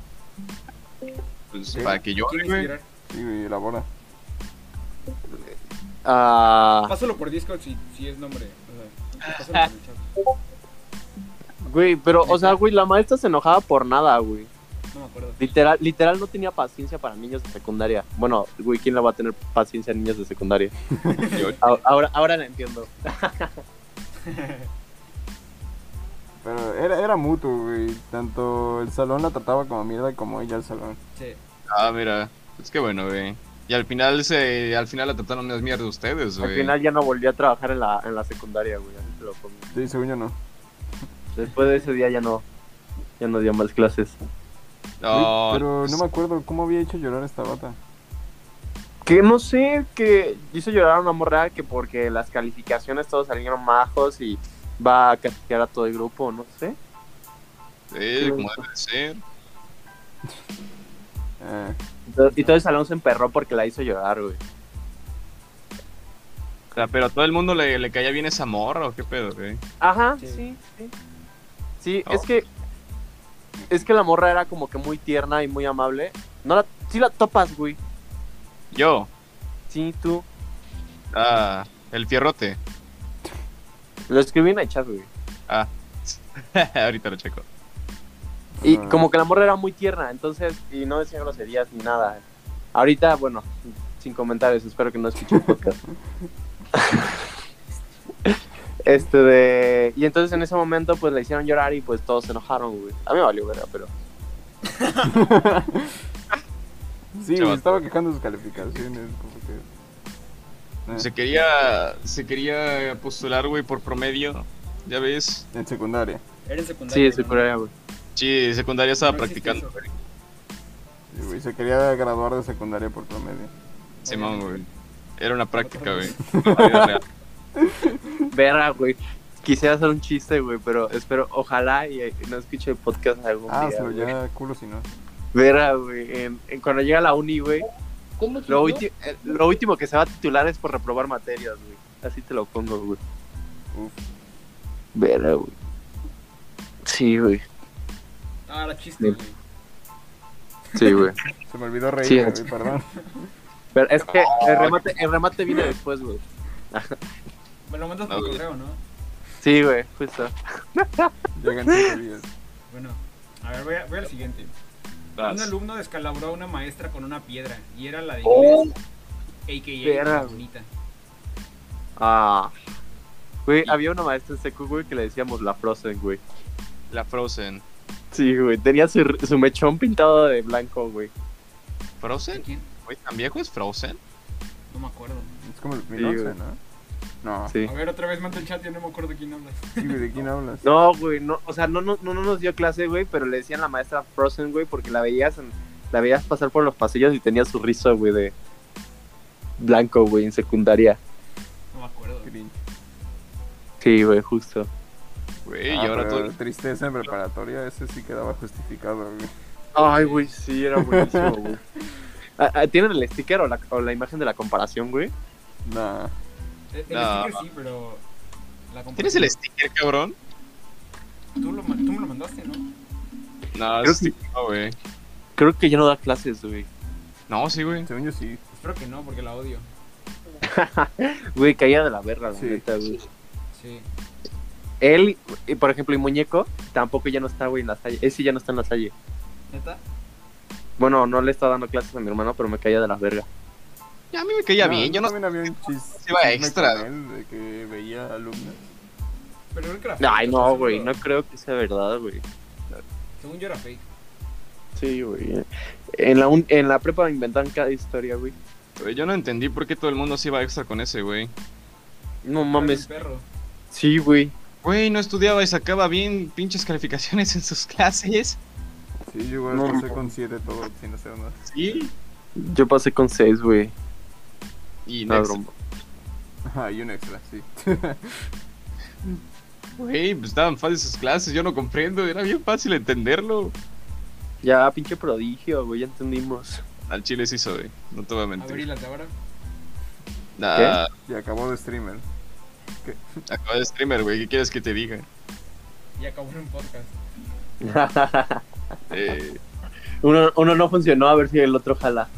B: Pues, para que yo,
E: ¿Quién hizo
B: güey.
E: llorar?
G: Sí, güey, la bora.
D: Ah,
E: Pásalo por Discord si, si es nombre. O sea, pásalo por el chat.
D: güey, pero, o sea, güey, la maestra se enojaba por nada, güey.
E: No me acuerdo.
D: Literal, literal no tenía paciencia para niños de secundaria. Bueno, güey, ¿quién la va a tener paciencia a niños de secundaria? Ahora, ahora, ahora la entiendo.
G: Pero era, era mutuo, güey. Tanto el salón la trataba como mierda como ella al salón.
E: Sí.
B: Ah, mira. Es que bueno, güey. Y al final se, al final la trataron de mierda ustedes,
D: Al
B: güey.
D: final ya no volví a trabajar en la, en la secundaria, güey. así te lo pongo.
G: Sí, según yo no.
D: Después de ese día ya no, ya no dio más clases.
B: No,
G: Güey, pero
B: pues,
G: no me acuerdo cómo había hecho llorar a esta bata.
D: Que no sé, que hizo llorar a una morra que porque las calificaciones todos salieron majos y va a castigar a todo el grupo, no sé.
B: sí, como debe de ser.
G: Ah,
D: Entonces- Y todo el salón se emperró porque la hizo llorar, güey.
B: O sea, pero a todo el mundo le, le caía bien esa morra, ¿o qué pedo, güey?
D: Ajá,
E: Sí.
D: sí, sí. Sí,
B: Oh.
D: es que es que la morra era como que muy tierna y muy amable. No la sí la topas, güey.
B: Yo,
D: Sí, tú.
B: ah, el fierrote.
D: Lo escribí en el chat, güey.
B: ah, Ahorita lo checo.
D: Y
G: Ah.
D: como que la morra era muy tierna, entonces, y no decía groserías ni nada. Ahorita, bueno, sin comentarios, espero que no escuche el podcast. este de... Y entonces en ese momento, pues, la hicieron llorar y pues todos se enojaron, güey. A mí me valió, verga, pero...
G: Sí,
B: Chaval.
G: güey, estaba quejando de sus calificaciones. Como que... Ah,
B: Se quería, se quería postular, güey, por promedio. Ya ves,
G: En secundaria.
E: Era en
D: Sí,
E: secundaria.
D: es
E: ¿no?
D: coreana, güey.
B: sí, secundaria estaba
E: No existe
B: practicando,
E: eso.
B: güey.
G: Sí, güey, se quería graduar de secundaria por promedio.
B: Simón, güey. Era una práctica, güey.
D: Verga, güey. Quisiera hacer un chiste, güey, pero espero, ojalá y, y no escuche el podcast algún
G: Ah,
D: día,
G: se lo
D: güey.
G: ya culo si no.
D: Verá, güey, en- en cuando llega la uni, güey,
H: ¿Cómo
D: lo,
H: subió?
D: ulti- eh, lo último que se va a titular es por reprobar materias, güey. Así te lo pongo, güey.
G: Uf.
D: Verá, güey. Sí, güey.
E: Ah, era chiste, güey.
D: Sí, güey.
G: Se me olvidó reír,
D: Sí,
G: güey,
D: es-
G: perdón.
D: Pero es que el remate, el remate viene después, güey.
E: Me lo mandas
B: No,
E: por
B: Ah, güey.
E: correo, ¿no?
D: Sí, güey, justo.
G: Llegan cinco días.
E: Bueno, a ver, voy, a- voy al siguiente. Un
B: Vas.
E: alumno descalabró a una maestra con una piedra y era la de
D: Oh.
E: inglés, a.k.a.
D: Verga,
E: la
D: güey.
E: bonita.
D: Ah. Güey, había una maestra en secu, güey, que le decíamos la Frozen, güey.
B: La Frozen.
D: Sí, güey. Tenía su, su mechón pintado de blanco, güey.
E: ¿De
B: ¿Frozen?
E: quién?
B: Güey, ¿tan viejo es Frozen?
E: No me acuerdo.
G: Es como el 2011,
D: güey.
G: ¿no? No,
D: Sí.
E: A ver, otra vez manda el chat, yo no me acuerdo de quién hablas.
G: sí, güey, ¿de quién hablas?
D: No, güey, no, o sea, no, no, no nos dio clase, güey, pero le decían la maestra Frozen, güey, porque la veías, en- la veías pasar por los pasillos y tenía su risa, güey, de blanco, güey, en secundaria.
E: No me acuerdo.
G: Cringe.
D: Sí, güey, justo.
B: Güey,
G: Ah,
B: y ahora
G: pero
B: todo.
G: Tristeza en preparatoria, ese sí quedaba justificado, güey.
D: Ay, güey, sí, era buenísimo, güey. Ah, ah, ¿Tienen el sticker o la, o la imagen de la comparación, güey?
G: Nah.
E: El, Eh, el
B: No.
E: sticker sí, pero... la compartí.
B: ¿Tienes el sticker, cabrón?
E: Tú, lo, ma- tú me lo mandaste, ¿no?
B: No,
D: Creo
B: sí, no, güey.
D: Creo que ya no da clases, güey.
B: No, sí, güey.
G: Según yo sí.
E: Espero que no, porque la odio.
D: Güey, caía de la verga, la
G: Sí.
D: neta, güey.
E: Sí.
D: Él, y, por ejemplo, y Muñeco, tampoco ya no está, güey, en la salle. Ese ya no está en la salle.
E: ¿Neta?
D: Bueno, no le está dando clases a mi hermano, pero me caía de la verga.
B: Ya, a mí me caía
G: No,
B: bien. Yo no.
G: También había un chiste.
B: Sí, va extra.
G: De que veía alumnos.
E: Pero creo que era
D: Ay, no,
E: según
D: güey,
E: yo-
D: no creo que sea verdad, güey.
E: Según yo era fake.
D: Sí, güey. En la, un- en la prepa inventan cada historia, güey.
B: Güey, Yo no entendí por qué todo el mundo se iba extra con ese, güey.
D: No
E: Era
D: mames.
E: un perro.
D: Sí, güey.
B: Güey, no estudiaba y sacaba bien pinches calificaciones en sus clases.
G: Sí, yo igual
D: No,
G: pasé
D: no.
G: con 7 todo, sin hacer nada.
B: Sí.
D: Yo pasé con seis, güey.
G: Ah,
B: Y
D: No,
B: next,
D: broma.
G: Ajá, Ah, y un extra, sí.
B: güey, pues estaban fáciles sus clases. Yo no comprendo. Era bien fácil entenderlo.
D: Ya, pinche prodigio, güey, ya entendimos.
B: Al chile sí soy. No te voy a
E: A ver, ¿y
B: mentir.
E: las de ahora?
B: Nah,
G: Y acabó de streamer.
B: acabo de streamer, güey. ¿Qué quieres que te diga?
E: Y acabó en un podcast.
B: Eh,
D: uno, uno no funcionó, a ver si el otro jala.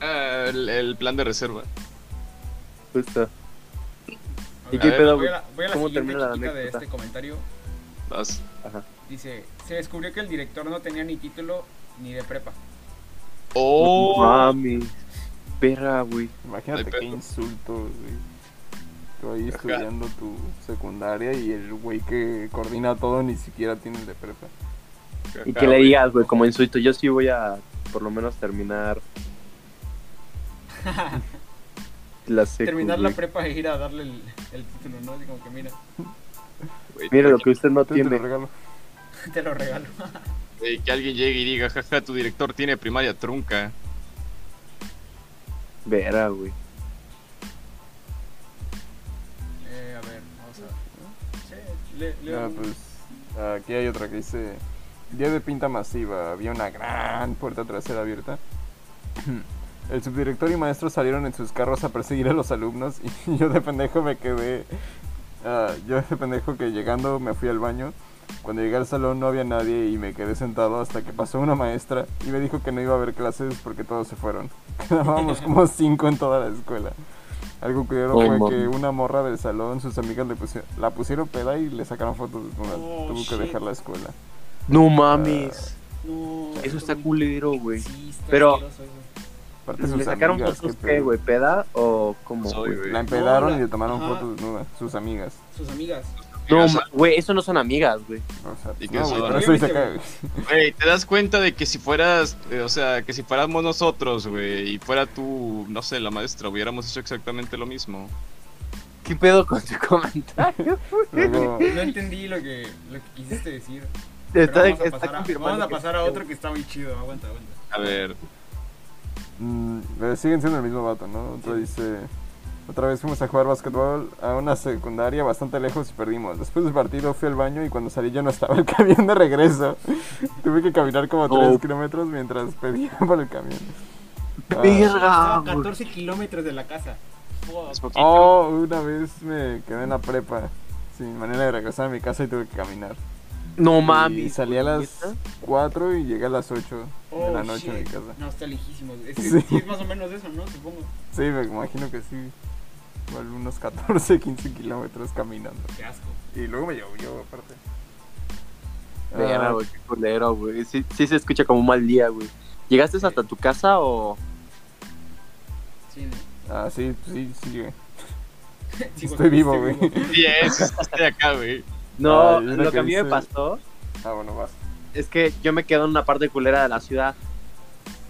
B: ah, el, el plan de reserva.
D: Justo.
E: A
D: ¿Y
E: ver,
B: qué
E: a ver,
D: pedo,
E: Voy
D: güey?
E: a la, voy a la
D: ¿Cómo
E: siguiente
D: termina la
E: chiquita de
D: anécdota?
E: este comentario.
B: Vas.
E: Dice, se descubrió que el director no tenía ni título ni de prepa.
B: Oh,
D: Mami. Perra, güey.
G: Imagínate
B: Ay,
G: qué
B: pero-
G: insulto, güey. Tú ahí
B: Ajá.
G: estudiando tu secundaria y el güey que coordina todo ni siquiera tiene el de prepa.
D: Y
B: Ajá,
D: que le
B: güey.
D: digas, güey, como insulto, yo sí voy a por lo menos terminar la secu,
E: Terminar la
D: güey.
E: prepa e ir a darle el, el título, ¿no? Así como que mira,
B: Güey,
D: Mira lo que usted no
G: Tú te lo
D: tiene.
G: regalo.
E: te lo regalo.
B: güey, que alguien llegue y diga, jaja, tu director tiene primaria trunca.
D: Verá, güey.
E: Eh, a ver, vamos a ver. Sí, le, le-
G: Ya, Ah, pues, aquí hay otra que dice: Día de pinta masiva. Había una gran puerta trasera abierta. El subdirector y maestro salieron en sus carros a perseguir a los alumnos y yo de pendejo me quedé. ah, yo de pendejo que llegando me fui al baño. Cuando llegué al salón no había nadie y me quedé sentado hasta que pasó una maestra y me dijo que no iba a haber clases porque todos se fueron. Quedábamos como cinco en toda la escuela. Algo curioso
D: Oh,
G: fue
D: mam.
G: que una morra del salón, sus amigas le pusieron, la pusieron peda y le sacaron fotos desnuda.
E: Oh,
G: Tuvo
E: shit.
G: que dejar la escuela.
D: No mames.
E: No,
D: Ah. Eso está
E: muy-
D: culero, güey.
E: Sí, está
D: Pero-
E: asqueroso eso.
G: Aparte sus
D: ¿Le sacaron
G: amigas,
D: fotos
G: qué
D: qué,
G: pedo.
D: güey? ¿Peda o cómo?
B: Soy,
D: güey?
B: güey.
G: La empedaron
E: No, la-
G: y le tomaron
E: ajá.
G: fotos desnudas, sus amigas.
E: Sus amigas.
D: No,
B: O sea,
D: ma- güey, eso no son amigas, güey.
G: O sea,
B: Y
G: pues,
B: que
G: no,
B: eso-
G: güey, pero eso ahí se
E: Obviamente,
G: cae, güey.
B: güey, te das cuenta de que si fueras, eh, o sea, que si fuéramos nosotros, güey, y fuera tú, no sé, la maestra, hubiéramos hecho exactamente lo mismo.
D: ¿Qué pedo con tu comentario?
G: Luego,
E: No entendí lo que, lo que quisiste decir. pero
D: Está,
E: vamos, a
D: está
E: pasar a,
D: confirmando
E: vamos a
D: que-
E: pasar a otro que está muy chido. Aguanta, aguanta.
B: A ver,
G: eh, mm, pero siguen siendo el mismo vato, ¿no? Otro dice: Otra vez fuimos a jugar básquetbol a una secundaria bastante lejos y perdimos. Después del partido fui al baño y cuando salí ya no estaba el camión de regreso. Tuve que caminar como 3
D: Oh.
G: kilómetros mientras pedía por el camión. Ah.
I: Verga,
F: Estaba a
I: güey.
F: 14 kilómetros de la casa. Fuck.
B: Es poquito.
G: Oh, una vez me quedé en la prepa sin manera de regresar a mi casa y tuve que caminar.
D: No
G: Y
D: mames.
G: salí a las
D: ¿neta?
G: 4 y llegué a las 8 de la
F: Oh,
G: noche a mi
F: shit.
G: casa.
F: No, está lejísimo. Es,
G: Sí.
F: sí, es más o menos eso, ¿no? Supongo.
G: Sí, me imagino que sí. Igual unos 14, 15 kilómetros caminando.
F: Qué asco.
G: Y luego me llovió, aparte.
D: Verga,
G: Ah,
D: güey, qué culero, güey. Sí, sí se escucha como un mal día, güey. ¿Llegaste hasta tu casa o...?
F: Sí, ¿no?
G: ah, sí, sí, sí. llegué.
F: Sí,
G: Estoy vivo, güey.
B: Sí, es, estoy acá, güey.
D: No,
G: Ah, yo
D: lo
G: creo
D: que a
G: que
D: mí me
G: sí.
D: pasó
G: Ah, bueno, vas.
D: es que yo me quedo en una parte culera de la ciudad.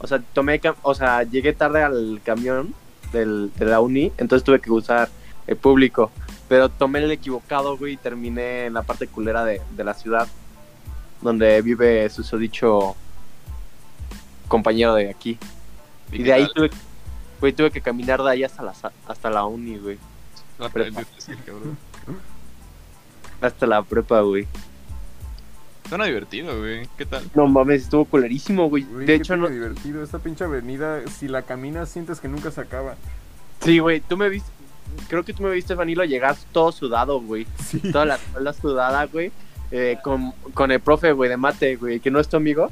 D: O sea, tomé, cam- o sea, llegué tarde al camión del, de la uni, entonces tuve que usar el público. Pero tomé el equivocado, güey, y terminé en la parte culera de, de la ciudad, donde vive susodicho compañero de aquí. Y de ahí tuve, güey, tuve que caminar de ahí hasta la, sa- hasta la uni, güey.
B: La prepa. Sí, eh, cabrón.
D: Hasta la prepa, güey.
B: Suena divertido, güey. ¿Qué tal?
D: No mames, estuvo culerísimo, güey.
G: Güey,
D: De
G: qué
D: hecho,
G: tipo
D: no,
G: divertido. Esta pinche avenida, si la caminas, sientes que nunca se acaba.
D: Sí, güey, tú me viste. Creo que tú me viste, Vanilo, llegar todo sudado, güey.
G: Sí.
D: Toda la espalda sudada, güey. eh, con, con el profe, güey, de mate, güey, que no es tu amigo.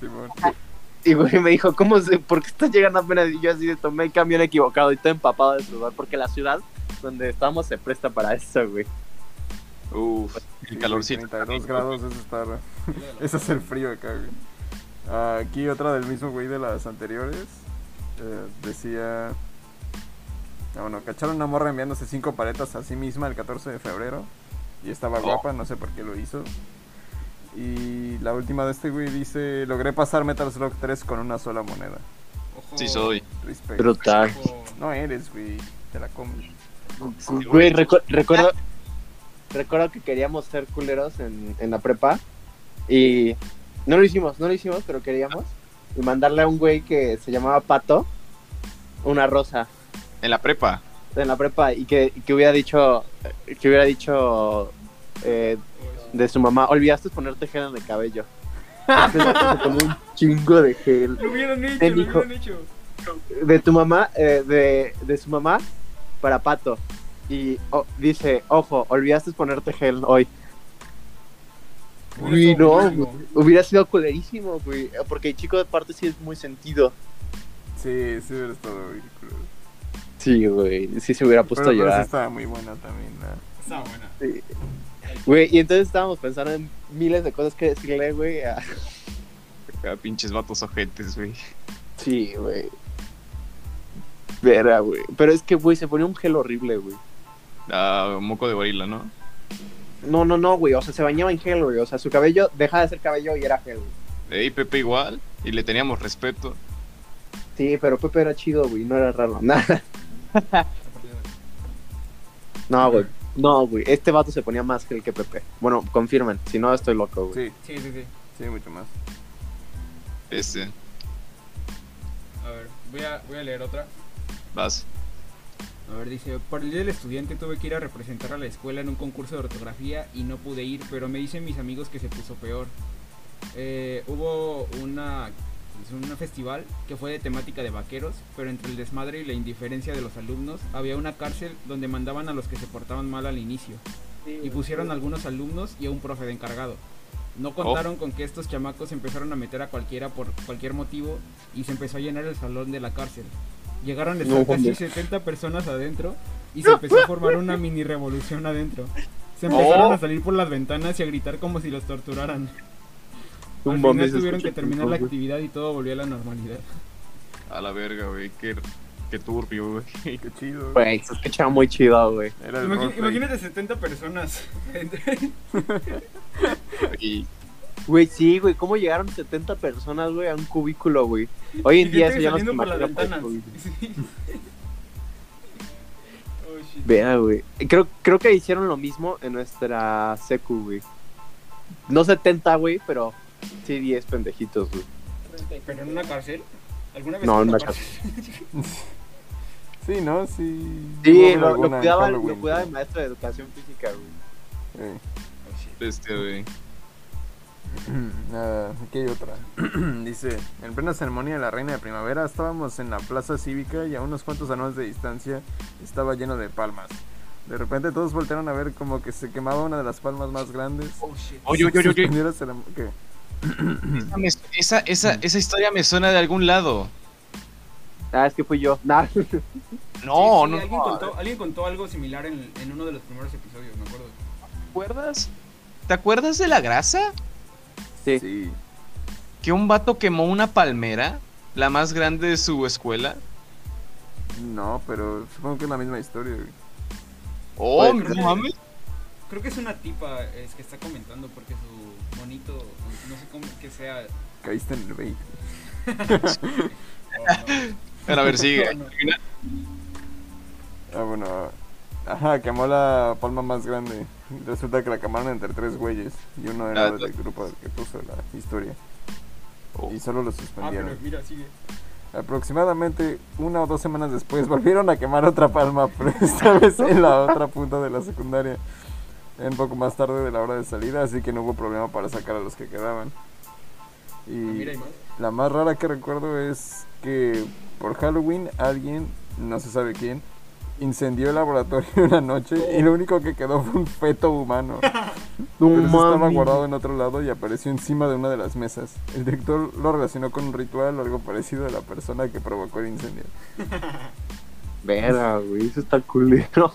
G: Simón.
D: Y, güey, me dijo, ¿cómo se, ¿por qué estás llegando apenas? Y yo así de tomé el camión equivocado y todo empapado de sudor, porque la ciudad donde estamos se presta para eso, güey.
B: Uf,
D: Pues,
B: el calorcito.
G: 32 grados es estar. es hacer frío acá, güey. Ah, aquí otra del mismo güey de las anteriores. eh, decía. Ah, bueno, cacharon una morra enviándose cinco paletas a sí misma el 14 de febrero. Y
D: Oh.
G: estaba guapa, no sé por qué lo hizo. Y la última de este güey dice: Logré pasar Metal Slug 3 con una sola moneda.
E: Ojo,
B: Sí, soy.
G: Respect.
D: Brutal.
E: ojo.
G: No eres, güey. Te la comes.
D: Güey, recu- recuerdo,
E: Ah.
D: recuerdo que queríamos ser culeros en, en la prepa y no lo hicimos, no lo hicimos, pero queríamos. Y mandarle a un güey que se llamaba Pato una rosa
B: En la prepa.
D: en la prepa y que, y que hubiera dicho, que hubiera dicho eh, de su mamá, olvidaste ponerte gel en el cabello. Se tomó un chingo de gel.
F: Lo hubieran hecho,
D: Él
F: lo
D: dijo-
F: hubieran hecho.
D: de tu mamá, eh, de, de su mamá para Pato. Y o- dice, ojo, olvidaste ponerte gel hoy.
F: Hubiera
D: Uy,
F: estado
D: no,
F: buenísimo.
D: güey. hubiera sido culerísimo, güey. Porque el chico de parte sí es muy sentido.
G: Sí, sí, eres todo, güey.
D: Sí, güey, sí se hubiera puesto
G: Pero, pero
D: a
G: sí
D: llorar.
G: estaba muy buena también. la-
F: Está buena.
D: Güey, y entonces estábamos pensando en miles de cosas que decirle, güey. a-
B: Acá Ah, pinches vatos ojetes, güey.
D: Sí, güey. Verá, güey. Pero es que, güey, se ponía un gel horrible, güey.
B: Ah, moco de gorila, ¿no?
D: No, no, no, güey. O sea, se bañaba en gel, güey. O sea, su cabello dejaba de ser cabello y era gel, güey.
B: Ey, Pepe igual. Y le teníamos respeto.
D: Sí, pero Pepe era chido, güey, no era raro. Nada. no, Ah, güey. No, güey. Este vato se ponía más gel que Pepe. Bueno, confirmen. Si no, estoy loco, güey.
G: Sí,
E: Sí, sí, sí.
G: sí, mucho más.
B: Este,
E: A ver, voy a, voy a leer otra.
B: vas.
E: A ver, dice, por el día del estudiante tuve que ir a representar a la escuela en un concurso de ortografía y no pude ir, pero me dicen mis amigos que se puso peor. Eh, hubo una es un festival que fue de temática de vaqueros, pero entre el desmadre y la indiferencia de los alumnos había una cárcel donde mandaban a los que se portaban mal al inicio y pusieron a algunos alumnos y a un profe de encargado.
D: Oh.
E: No contaron con que estos chamacos empezaron a meter a cualquiera por cualquier motivo y se empezó a llenar el salón de la cárcel. Llegaron a estar
D: No,
E: casi
D: hombre.
E: 70 personas adentro y se empezó a formar una mini revolución adentro. Se empezaron
D: Oh.
E: a salir por las ventanas y a gritar como si los torturaran.
D: No
E: Al
D: mames,
E: final
D: se
E: tuvieron
D: escucha
E: que terminar
D: chingón,
E: la
D: güey.
E: actividad y todo volvió a la normalidad.
B: A la verga, güey. Qué, qué turbio, güey.
G: Qué chido. güey.
D: Güey, se escuchaba muy chido, güey.
G: Era el roleplay.
E: imagínate 70 personas.
B: Y
D: Güey, sí, güey. ¿Cómo llegaron 70 personas, güey, a un cubículo, güey? Hoy en día eso ya no se
E: saliendo por las
D: imagina, pues,
E: ventanas.
D: güey.
E: Oh, shit.
D: Vea, güey. Creo, creo que hicieron lo mismo en nuestra secu, güey. No 70, güey, pero sí 10 pendejitos, güey.
E: ¿Pero en una cárcel? ¿Alguna vez
D: No,
E: en
D: en
E: una
D: una
E: cárcel?
G: Sí, ¿no? Sí. hubo
D: Sí, lo, lo
G: alguna en
D: cuidaba, lo
G: Halloween,
D: cuidaba el
G: pero-
D: maestro de educación física, güey.
G: eh.
B: Este, güey.
G: Nada, Ah, aquí hay otra. Dice, en plena ceremonia de la reina de primavera estábamos en la plaza cívica y a unos cuantos anuales de distancia estaba lleno de palmas. De repente todos voltearon a ver como que se quemaba una de las palmas más grandes.
C: Oh shit.
B: Oye, oye, oye, oye.
G: Suspendieron la ceremo- ¿qué?
B: Esa me- Esa, esa, esa historia me suena de algún lado.
D: Ah, es que fui yo. Nah.
B: No,
C: Sí, sí,
B: no,
C: Alguien
B: no.
C: contó, alguien contó algo similar en, en uno de los primeros episodios, me acuerdo.
B: ¿Te acuerdas? ¿Te acuerdas de la grasa?
F: Sí.
G: Sí.
B: Que un vato quemó una palmera, la más grande de su escuela.
G: No, pero supongo que es la misma historia. güey.
B: Oh,
F: Pues,
B: no mames.
C: Creo que es una tipa es que está comentando porque su monito, no- no sé cómo que sea.
G: Caíste en el bait.
E: ah,
C: o-
B: Pero a ver, sigue.
C: No, no.
G: Ah, bueno. Ajá, quemó la palma más grande. Resulta que la quemaron entre tres güeyes. Y uno
B: Ah,
G: era del
B: la-
G: grupo que puso la historia.
B: Oh.
G: Y solo lo
C: Ah,
G: suspendieron.
C: pero mira, sigue.
G: Aproximadamente una o dos semanas después volvieron a quemar otra palma, pero esta vez en la otra punta de la secundaria. Un poco más tarde de la hora de salida, así que no hubo problema para sacar a los que quedaban. Y
C: Ah, Mira, hay más.
G: la más rara que recuerdo es que por Halloween alguien, no se sabe quién, incendió el laboratorio una noche y lo único que quedó fue un feto humano.
D: No
G: Pero ese estaba
D: mames.
G: guardado en otro lado y apareció encima de una de las mesas. El director lo relacionó con un ritual o algo parecido a la persona que provocó el incendio.
F: Verga, güey, eso está culero.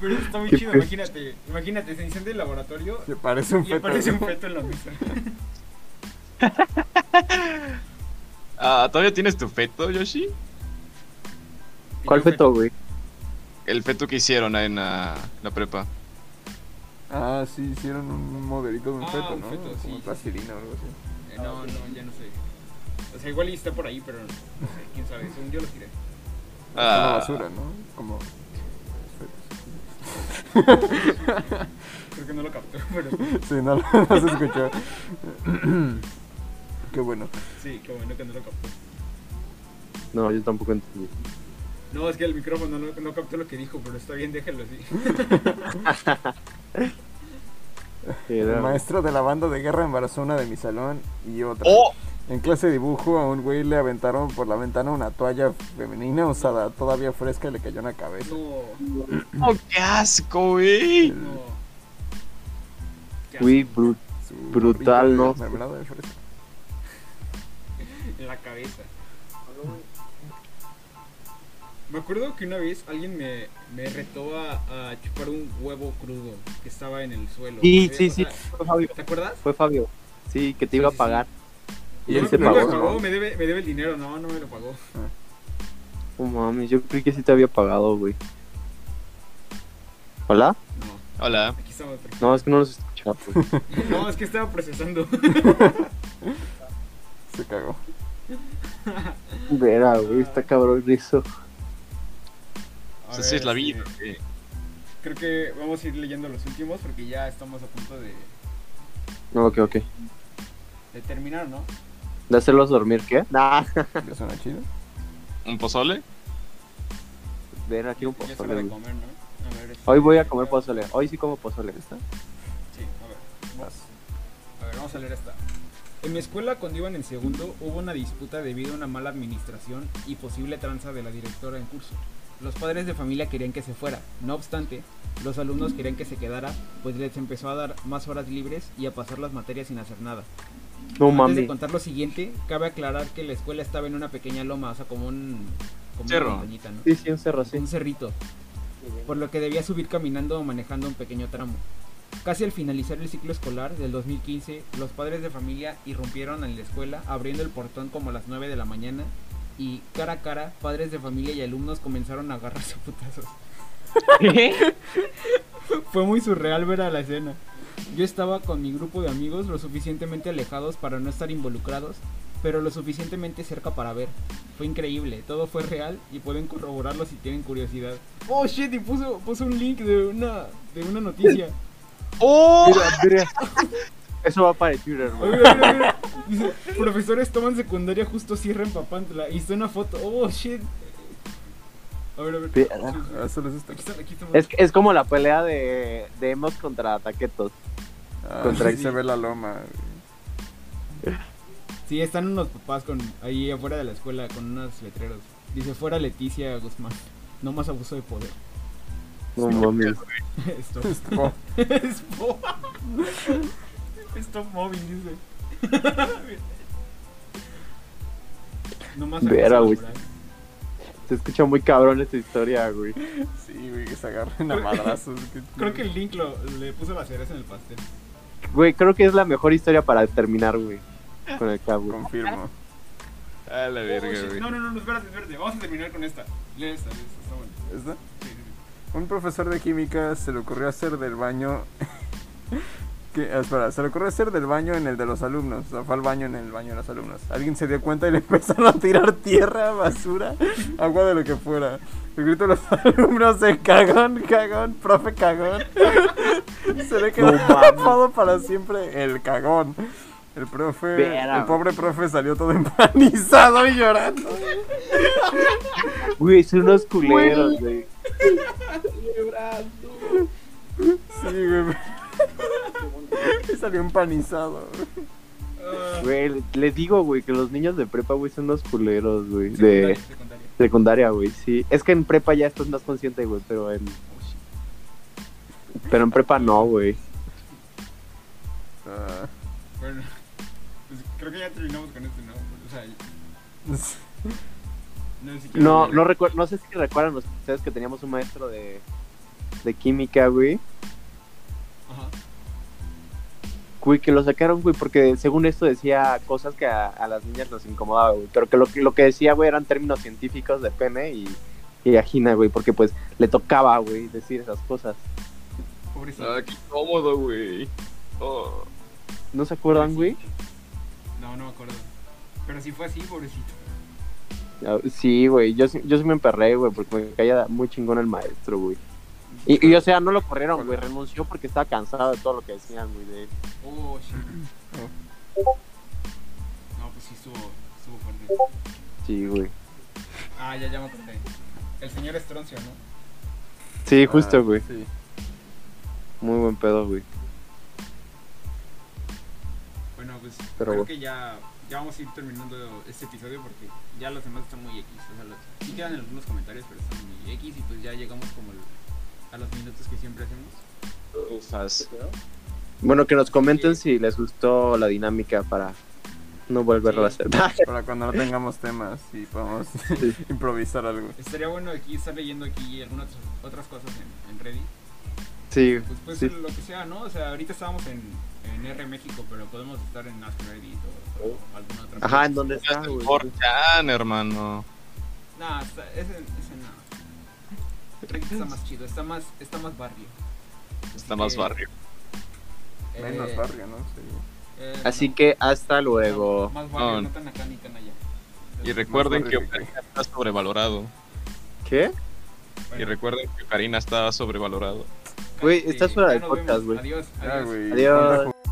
C: Pero eso está muy
F: Qué
C: chido,
F: pe-
C: imagínate. Imagínate, se incendia el laboratorio
G: Que parece un
C: y
G: feto.
C: aparece un feto en la mesa.
B: Ah, ¿Todavía tienes tu feto, Yoshi?
F: ¿Cuál feto, güey?
B: El feto que hicieron en ah, la prepa.
G: Ah, sí, hicieron un modelito de un
C: Ah,
G: feto,
C: un
G: ¿no?
C: feto,
G: Como
C: sí.
G: plastilina o algo así.
C: Eh, No, no, ya no sé. O sea, igual y está por ahí, pero no sé, quién sabe. Según yo lo tiré.
G: Una
B: Ah,
G: basura, ¿no? Como...
C: Creo que no lo captó, pero
G: Sí, no, no se escuchó. Qué bueno.
C: sí, qué bueno que no lo captó.
F: No, yo tampoco entendí.
C: No, es que el micrófono no, no captó lo que dijo, pero está bien, déjalo así.
G: El
F: Era...
G: maestro de la banda de guerra embarazó una de mi salón y otra.
B: Oh,
G: En clase de dibujo a un güey le aventaron por la ventana una toalla femenina usada, todavía fresca, y le cayó en la cabeza.
C: No,
B: oh, qué asco, güey.
C: no. Qué asco.
F: Güey, brut-
G: Su
F: Brutal,
G: gorrito de
F: ¿no?
G: mermelada de fresa.
C: En la cabeza. Me acuerdo que una vez alguien me, me retó a, a chupar un huevo crudo que estaba en el suelo.
F: Sí,
C: O
F: sí, sí.
C: sea,
F: Fue Fabio.
C: ¿Te acuerdas?
F: Fue Fabio. Sí, que te
C: Sí,
F: iba a
C: sí,
F: pagar. Y él
C: no,
F: te
C: no
F: pagó,
C: me pagó,
F: ¿no?
C: me debe, me debe el dinero, no, no me lo pagó.
F: Oh, mami, yo creí que sí te había pagado, güey. ¿Hola?
C: No,
B: Hola.
C: aquí estaba otro.
F: No, es que no los escuchaba, güey.
C: No, es que estaba procesando.
G: Se cagó.
F: Verá, güey, está cabrón eso.
C: A
B: Esa es
C: ver,
B: la
C: sí.
B: vida. güey.
C: Creo que vamos a ir leyendo los últimos porque ya estamos a punto de,
F: No, ok, ok.
C: de terminar, ¿no?
F: ¿De hacerlos dormir qué? Nah.
G: ¿Le suena chido?
B: ¿Un pozole?
F: Ver, aquí un
C: Ya es hora
F: pozole,
C: de
F: güey.
C: comer, ¿no? A ver, este-
F: Hoy voy a comer pozole. Hoy sí como pozole. ¿Está?
C: Sí, a ver. Vamos. A ver, vamos a leer esta.
E: En mi escuela, cuando iban en segundo, hubo una disputa debido a una mala administración y posible tranza de la directora en curso. Los padres de familia querían que se fuera, no obstante, los alumnos querían que se quedara, pues les empezó a dar más horas libres y a pasar las materias sin hacer nada.
F: No
E: Antes de
F: mami.
E: contar lo siguiente, cabe aclarar que la escuela estaba en una pequeña loma, o sea, como un... Como
B: Cerro.
E: Una montañita, ¿no?
F: Sí, sí, un cerro así.
E: un cerrito, por lo que debía subir caminando o manejando un pequeño tramo. Casi al finalizar el ciclo escolar del 2015, los padres de familia irrumpieron en la escuela abriendo el portón como a las 9 de la mañana y cara a cara, padres de familia y alumnos comenzaron a agarrarse a putazos. Fue muy surreal ver a la escena. Yo estaba con mi grupo de amigos lo suficientemente alejados para no estar involucrados, pero lo suficientemente cerca para ver. Fue increíble, todo fue real y pueden corroborarlo si tienen curiosidad. Oh shit, y puso, puso un link de una, de una noticia.
B: ¡Oh!
F: Mira, mira. Eso va para el Twitter, güey.
E: Oiga, oiga, oiga. Dice, profesores toman secundaria justo cierra en Papantla. Y está una foto. Oh shit. A ver, a ver.
F: Ve-
G: Ah, solo es esta.
E: Aquí están, aquí están.
F: Es, es como la pelea de, de Emos contra Taquetos.
G: Ah,
F: Contra-
G: sí se ve la loma.
E: Sí, están unos papás con ahí afuera de la escuela con unos letreros. Dice fuera Leticia Guzmán. No más abuso de poder.
F: No mames.
E: Esto.
G: Oh,
E: Stop. Stop mobbing, dice. no más abuso
F: Vera, güey.
E: laboral.
F: Se escucha muy cabrón esta historia, güey.
G: sí, güey, que se agarren a madrazos. qué
E: Creo que el link lo, le puso la cereza en el pastel.
F: Güey, creo que es la mejor historia para terminar, güey. Con el cabo.
G: Confirmo.
B: A la
E: Oh, shit.
B: verga, güey.
E: no, no, no, no, espérate, espérate. Vamos a terminar con esta. Lee esta, lee esta, está bueno.
G: ¿Esta?
E: Sí, sí, sí.
G: Un profesor de química se le ocurrió hacer del baño. que- ah, espera, se le ocurrió hacer del baño en el de los alumnos. O sea, fue al baño en el baño de los alumnos. Alguien se dio cuenta y le empezaron a tirar tierra, basura, agua de lo que fuera. El grito de los alumnos de cagón, cagón, profe cagón. se le quedó tapado para siempre el cagón. El profe,
F: Vera.
G: el pobre profe salió todo empanizado y llorando.
F: Güey, son unos culeros, güey.
G: Sí, güey. Y salió empanizado.
F: Güey, les digo, güey, que los niños de prepa, güey, son unos culeros, güey. De
E: Secundaria, secundaria.
F: secundaria, güey, sí. Es que en prepa ya estás más consciente, güey, pero en... Pero en prepa no, güey.
G: Ah.
E: Bueno, pues creo que ya terminamos con este, ¿no? O sea, no sé
G: Eh,
E: si quieres-
F: No, no recuerdo, no sé si recuerdan ustedes que teníamos un maestro de, de química, güey.
E: Ajá.
F: Güey, que lo sacaron, güey, porque según esto decía cosas que a, a las niñas nos incomodaba, güey. Pero que lo, que- lo que decía, güey, eran términos científicos de pene y, y ajina, güey, porque pues le tocaba, güey, decir esas cosas.
E: Pobrecito.
B: Ah, qué cómodo, güey. Oh.
F: ¿No se
E: Ah,
F: acuerdan, güey?
E: No, no me acuerdo. Pero si fue así, pobrecito.
F: Ah, Sí, güey, yo, sí- yo sí me emperré, güey, porque me caía muy chingón el maestro, güey. Y, y, o sea, no lo corrieron, güey, renunció porque estaba cansado de todo lo que decían, güey, de él.
E: Oh, shit. No, pues sí, estuvo, estuvo fuerte.
F: Sí, güey.
E: Ah, ya, ya me acordé. El señor Estroncio, ¿no?
F: Sí, justo, güey.
G: Ah, Sí.
F: Muy buen pedo, güey.
E: Bueno, pues
F: Pero
E: creo
F: bueno.
E: que ya, ya vamos a ir terminando este episodio porque ya los demás están muy X. O sea, los, sí quedan algunos comentarios, pero están muy X y pues ya llegamos como al- a los minutos que siempre hacemos.
B: Ufas.
F: Bueno, que nos comenten si les gustó la dinámica para no volverlo
E: Sí.
F: a hacer.
G: Para cuando no tengamos temas y podamos improvisar algo.
E: Estaría bueno aquí estar leyendo aquí algunas otras cosas en, en Reddit.
F: sí,
E: Pues puede
F: Sí.
E: ser lo que sea, ¿no? O sea, ahorita estábamos en, en R México, pero podemos estar en Ask Reddit o, o alguna otra.
F: Ajá,
E: cosa.
F: ¿en dónde está, güey?
B: Forchan, hermano.
E: Nah, está, ese, ese no. Reddit está más chido, está más, está más barrio.
B: Está más
E: Eh,
B: barrio.
E: Eh,
G: Menos barrio, ¿no? Sí.
E: eh,
F: Así
E: no.
F: que hasta luego.
E: Más barrio,
B: No.
E: no tan acá ni tan allá.
B: Y recuerden que
G: barrio que-
B: Ocarina está sobrevalorado.
F: ¿Qué?
B: Y recuerden que Ocarina está sobrevalorado.
F: Güey,
E: Cállate,
F: estás fuera
E: ya
F: del
E: nos vemos.
F: podcast, güey.
E: Adiós,
G: Ya,
E: adiós.
G: güey.
F: Adiós.
G: ponla a jugar.